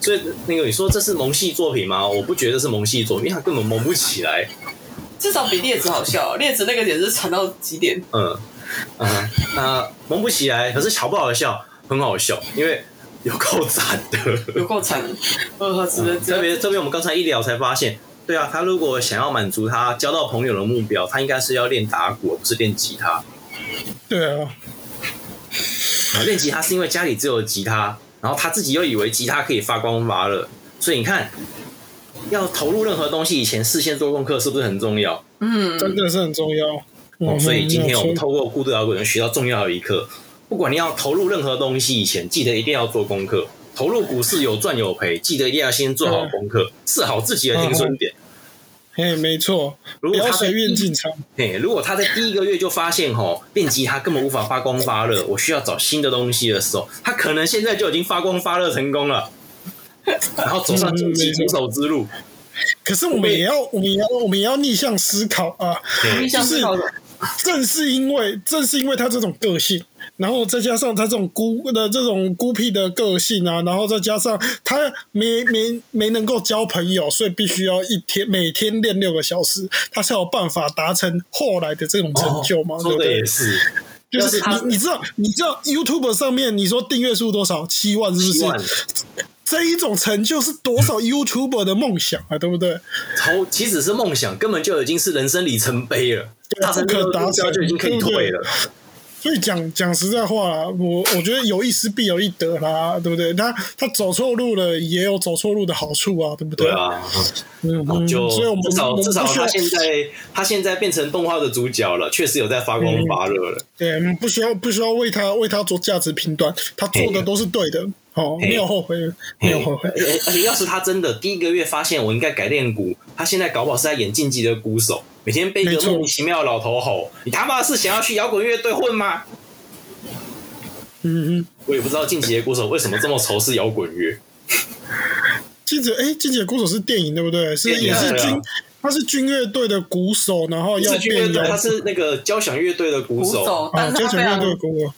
Speaker 1: 所以那个你说这是萌系作品吗？我不觉得是萌系作品，因为它根本萌不起来。
Speaker 2: 至少比列子好笑，列子那个也是惨到极点。
Speaker 1: 嗯嗯，那萌不起来，可是好不好笑？很好笑，因为有够惨的。
Speaker 2: 有够惨，呃，只能
Speaker 1: 特别特别，我们刚才一聊才发现，对啊，他如果想要满足他交到朋友的目标，他应该是要练打鼓，而不是练吉他。
Speaker 3: 对啊，
Speaker 1: 啊练吉他是因为家里只有吉他，然后他自己又以为吉他可以发光发热，所以你看，要投入任何东西以前，事先做功课是不是很重要？
Speaker 2: 嗯，
Speaker 3: 真的是很重要。
Speaker 1: 哦，
Speaker 3: 嗯
Speaker 1: 所以今天我们
Speaker 3: 没有错
Speaker 1: 透过孤独摇滚人学到重要的一课：不管你要投入任何东西以前，记得一定要做功课。投入股市有赚有赔，记得一定要先做好
Speaker 3: 嗯
Speaker 1: 功课，设好自己的停损点。
Speaker 3: 嘿，没错，
Speaker 1: 如
Speaker 3: 不
Speaker 1: 果
Speaker 3: 要
Speaker 1: 他在
Speaker 3: 随便
Speaker 1: 第
Speaker 3: 进场。
Speaker 1: 嘿，如果他在第一个月就发现吼练吉他根本无法发光发热，我需要找新的东西的时候，他可能现在就已经发光发热成功了， 然后走
Speaker 3: 嗯
Speaker 1: 上经济独手之路。
Speaker 3: 可是我们也要，我们也要，我们也要逆向思考啊！
Speaker 1: 对
Speaker 2: 逆向思考的，
Speaker 3: 正是因为正是因为他这种个性，然后再加上他这种孤的这种孤僻的个性啊，然后再加上他没没没能够交朋友，所以必须要一天每天练六个小时，他才有办法达成后来的这种成就嘛，
Speaker 1: 哦
Speaker 3: 对
Speaker 1: 说
Speaker 3: 不
Speaker 1: 的
Speaker 3: 对
Speaker 1: 也？是，
Speaker 3: 就
Speaker 1: 要
Speaker 3: 是
Speaker 1: 是他
Speaker 3: 你你知道你知道 YouTube 上面你说订阅数多少七万是不
Speaker 1: 七万
Speaker 3: 是？这一种成就是多少 YouTuber 的梦想啊，对不对？
Speaker 1: 从岂止是梦想，根本就已经是人生里程碑了，
Speaker 3: 啊
Speaker 1: 达成这
Speaker 3: 不
Speaker 1: 个
Speaker 3: 可达
Speaker 1: 目标就已经可以
Speaker 3: 成对不对
Speaker 1: 退了。
Speaker 3: 所以讲讲实在话啦，我我觉得有一失必有一得啦，对不对？他他走错路了，也有走错路的好处啊，对不
Speaker 1: 对
Speaker 3: 对
Speaker 1: 啊，
Speaker 3: 嗯嗯，
Speaker 1: 就
Speaker 3: 所以我们
Speaker 1: 至
Speaker 3: 我
Speaker 1: 少
Speaker 3: 们
Speaker 1: 至少
Speaker 3: 不需要
Speaker 1: 他现在他现在变成动画的主角了，确实有在发光发热了。
Speaker 3: 对，我们不需要不需要为他为他做价值评断，他做的都是对的，哦，
Speaker 1: 嘿
Speaker 3: 没有后悔，没有后啊悔
Speaker 1: 而。且而且要是他真的第一个月发现我应该改练鼓，他现在搞不好是在演竞技的鼓手，每天被一
Speaker 3: 没
Speaker 1: 个
Speaker 3: 错
Speaker 1: 莫名其妙的老头吼：“你他妈是想要去摇滚乐队混吗
Speaker 3: 嗯嗯，？”
Speaker 1: 我也不知道晋级的鼓手为什么这么仇视摇滚乐。
Speaker 3: 金姐，哎，金姐鼓手是电影对不对？是
Speaker 1: 电影
Speaker 3: 也
Speaker 1: 啊
Speaker 3: 是
Speaker 1: 对啊
Speaker 3: 军，他是军乐队的鼓手，然
Speaker 1: 不
Speaker 3: 后哦要
Speaker 1: 是军乐
Speaker 3: 变
Speaker 1: 队，他
Speaker 3: 摇
Speaker 1: 是那个交响乐队的鼓
Speaker 2: 鼓
Speaker 1: 手，
Speaker 2: 手，
Speaker 3: 啊，
Speaker 2: 但是
Speaker 3: 交
Speaker 2: 他非
Speaker 3: 响乐
Speaker 2: 常
Speaker 3: 队的鼓手。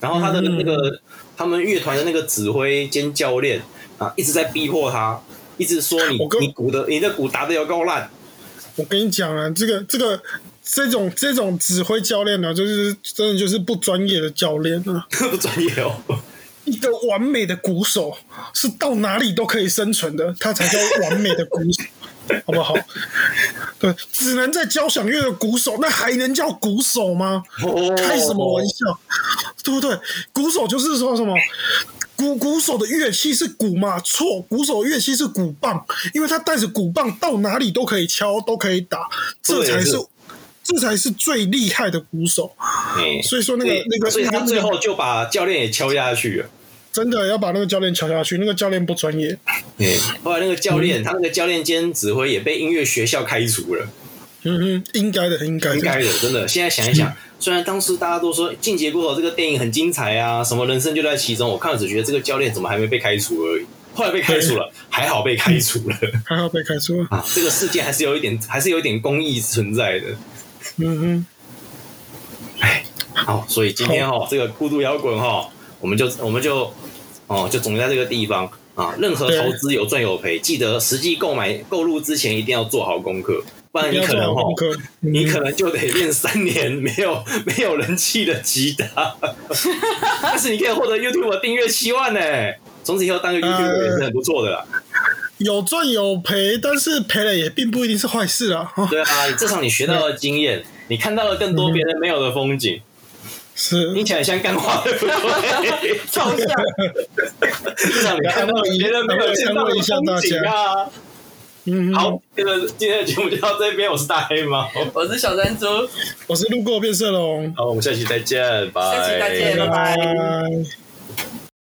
Speaker 1: 然后他的那
Speaker 3: 嗯
Speaker 1: 个他们乐团的那个指挥兼教练啊，一直在逼迫他，一直说你
Speaker 3: 我跟
Speaker 1: 你鼓的你的鼓打的有够烂，
Speaker 3: 我跟你讲啊，这个这个这种这种指挥教练呢、就是真的就是不专业的教练啊。
Speaker 1: 不专业哦。
Speaker 3: 一个完美的鼓手是到哪里都可以生存的，他才叫完美的鼓手， 好不好？对，只能在交响乐的鼓手，那还能叫鼓手吗？
Speaker 1: 哦
Speaker 3: 开什么玩笑，对不对？鼓手就是说什么？鼓鼓手的乐器是鼓嘛？错，鼓手乐器是鼓棒，因为他带着鼓棒到哪里都可以敲，都可以打，这
Speaker 1: 对
Speaker 3: 才是
Speaker 1: 是
Speaker 3: 这才是最厉害的鼓手。
Speaker 1: 哎
Speaker 3: 所以说那个
Speaker 1: 对
Speaker 3: 那个
Speaker 1: 所以
Speaker 3: 那
Speaker 1: 他
Speaker 3: 个
Speaker 1: 最后就把教练也敲下去了。
Speaker 3: 真的要把那个教练敲下去，那个教练不专业。
Speaker 1: 哎后来那个教练，他那个教练兼指挥也被音乐学校开除了，
Speaker 3: 嗯哼，应该的，应该的，
Speaker 1: 应该的，真的。现在想一
Speaker 3: 嗯
Speaker 1: 想，虽然当时大家都说《进阶过后》这个电影很精彩啊，什么人生就在其中，我看了只觉得这个教练怎么还没被开除而已。后来被开除 了，还好被开除了
Speaker 3: 还好被开除了。
Speaker 1: 啊！这个事件还是有一点，还是有一点公益存在的。
Speaker 3: 嗯哼。哎
Speaker 1: 好，所以今天哦，这个孤独摇滚哈，我们就我们就哦，就总结在这个地方啊。任何投资有赚有赔，记得实际购买购入之前一定要做好功课，不然
Speaker 3: 不
Speaker 1: 你
Speaker 3: 要
Speaker 1: 可
Speaker 3: 做
Speaker 1: 能
Speaker 3: 好
Speaker 1: 哦
Speaker 3: 功，课，
Speaker 1: 你
Speaker 3: 嗯
Speaker 1: 可能就得练三年 没有没有人气的吉他， 但是你可以获得 YouTube 的订阅七万呢。从此以后当个
Speaker 3: 啊
Speaker 1: YouTube 也是很不错的啦。
Speaker 3: 有赚有赔，但是赔了也并不一定是坏事啊。哦
Speaker 1: 对啊，至少你学到了经验，你看到了更
Speaker 3: 嗯
Speaker 1: 多别人没有的风景，
Speaker 3: 是
Speaker 1: 听起来像干话，对不对？
Speaker 2: 抽象。
Speaker 1: 至少你看到别人没有见到的风景啊。
Speaker 3: 嗯，
Speaker 1: 好，，这个今天的节目就到这边，我是大黑猫，
Speaker 2: 我是小山猪，
Speaker 3: 我是路过变色龙，
Speaker 1: 好，我们下期再见，拜，
Speaker 2: 下期再见拜拜
Speaker 3: 拜。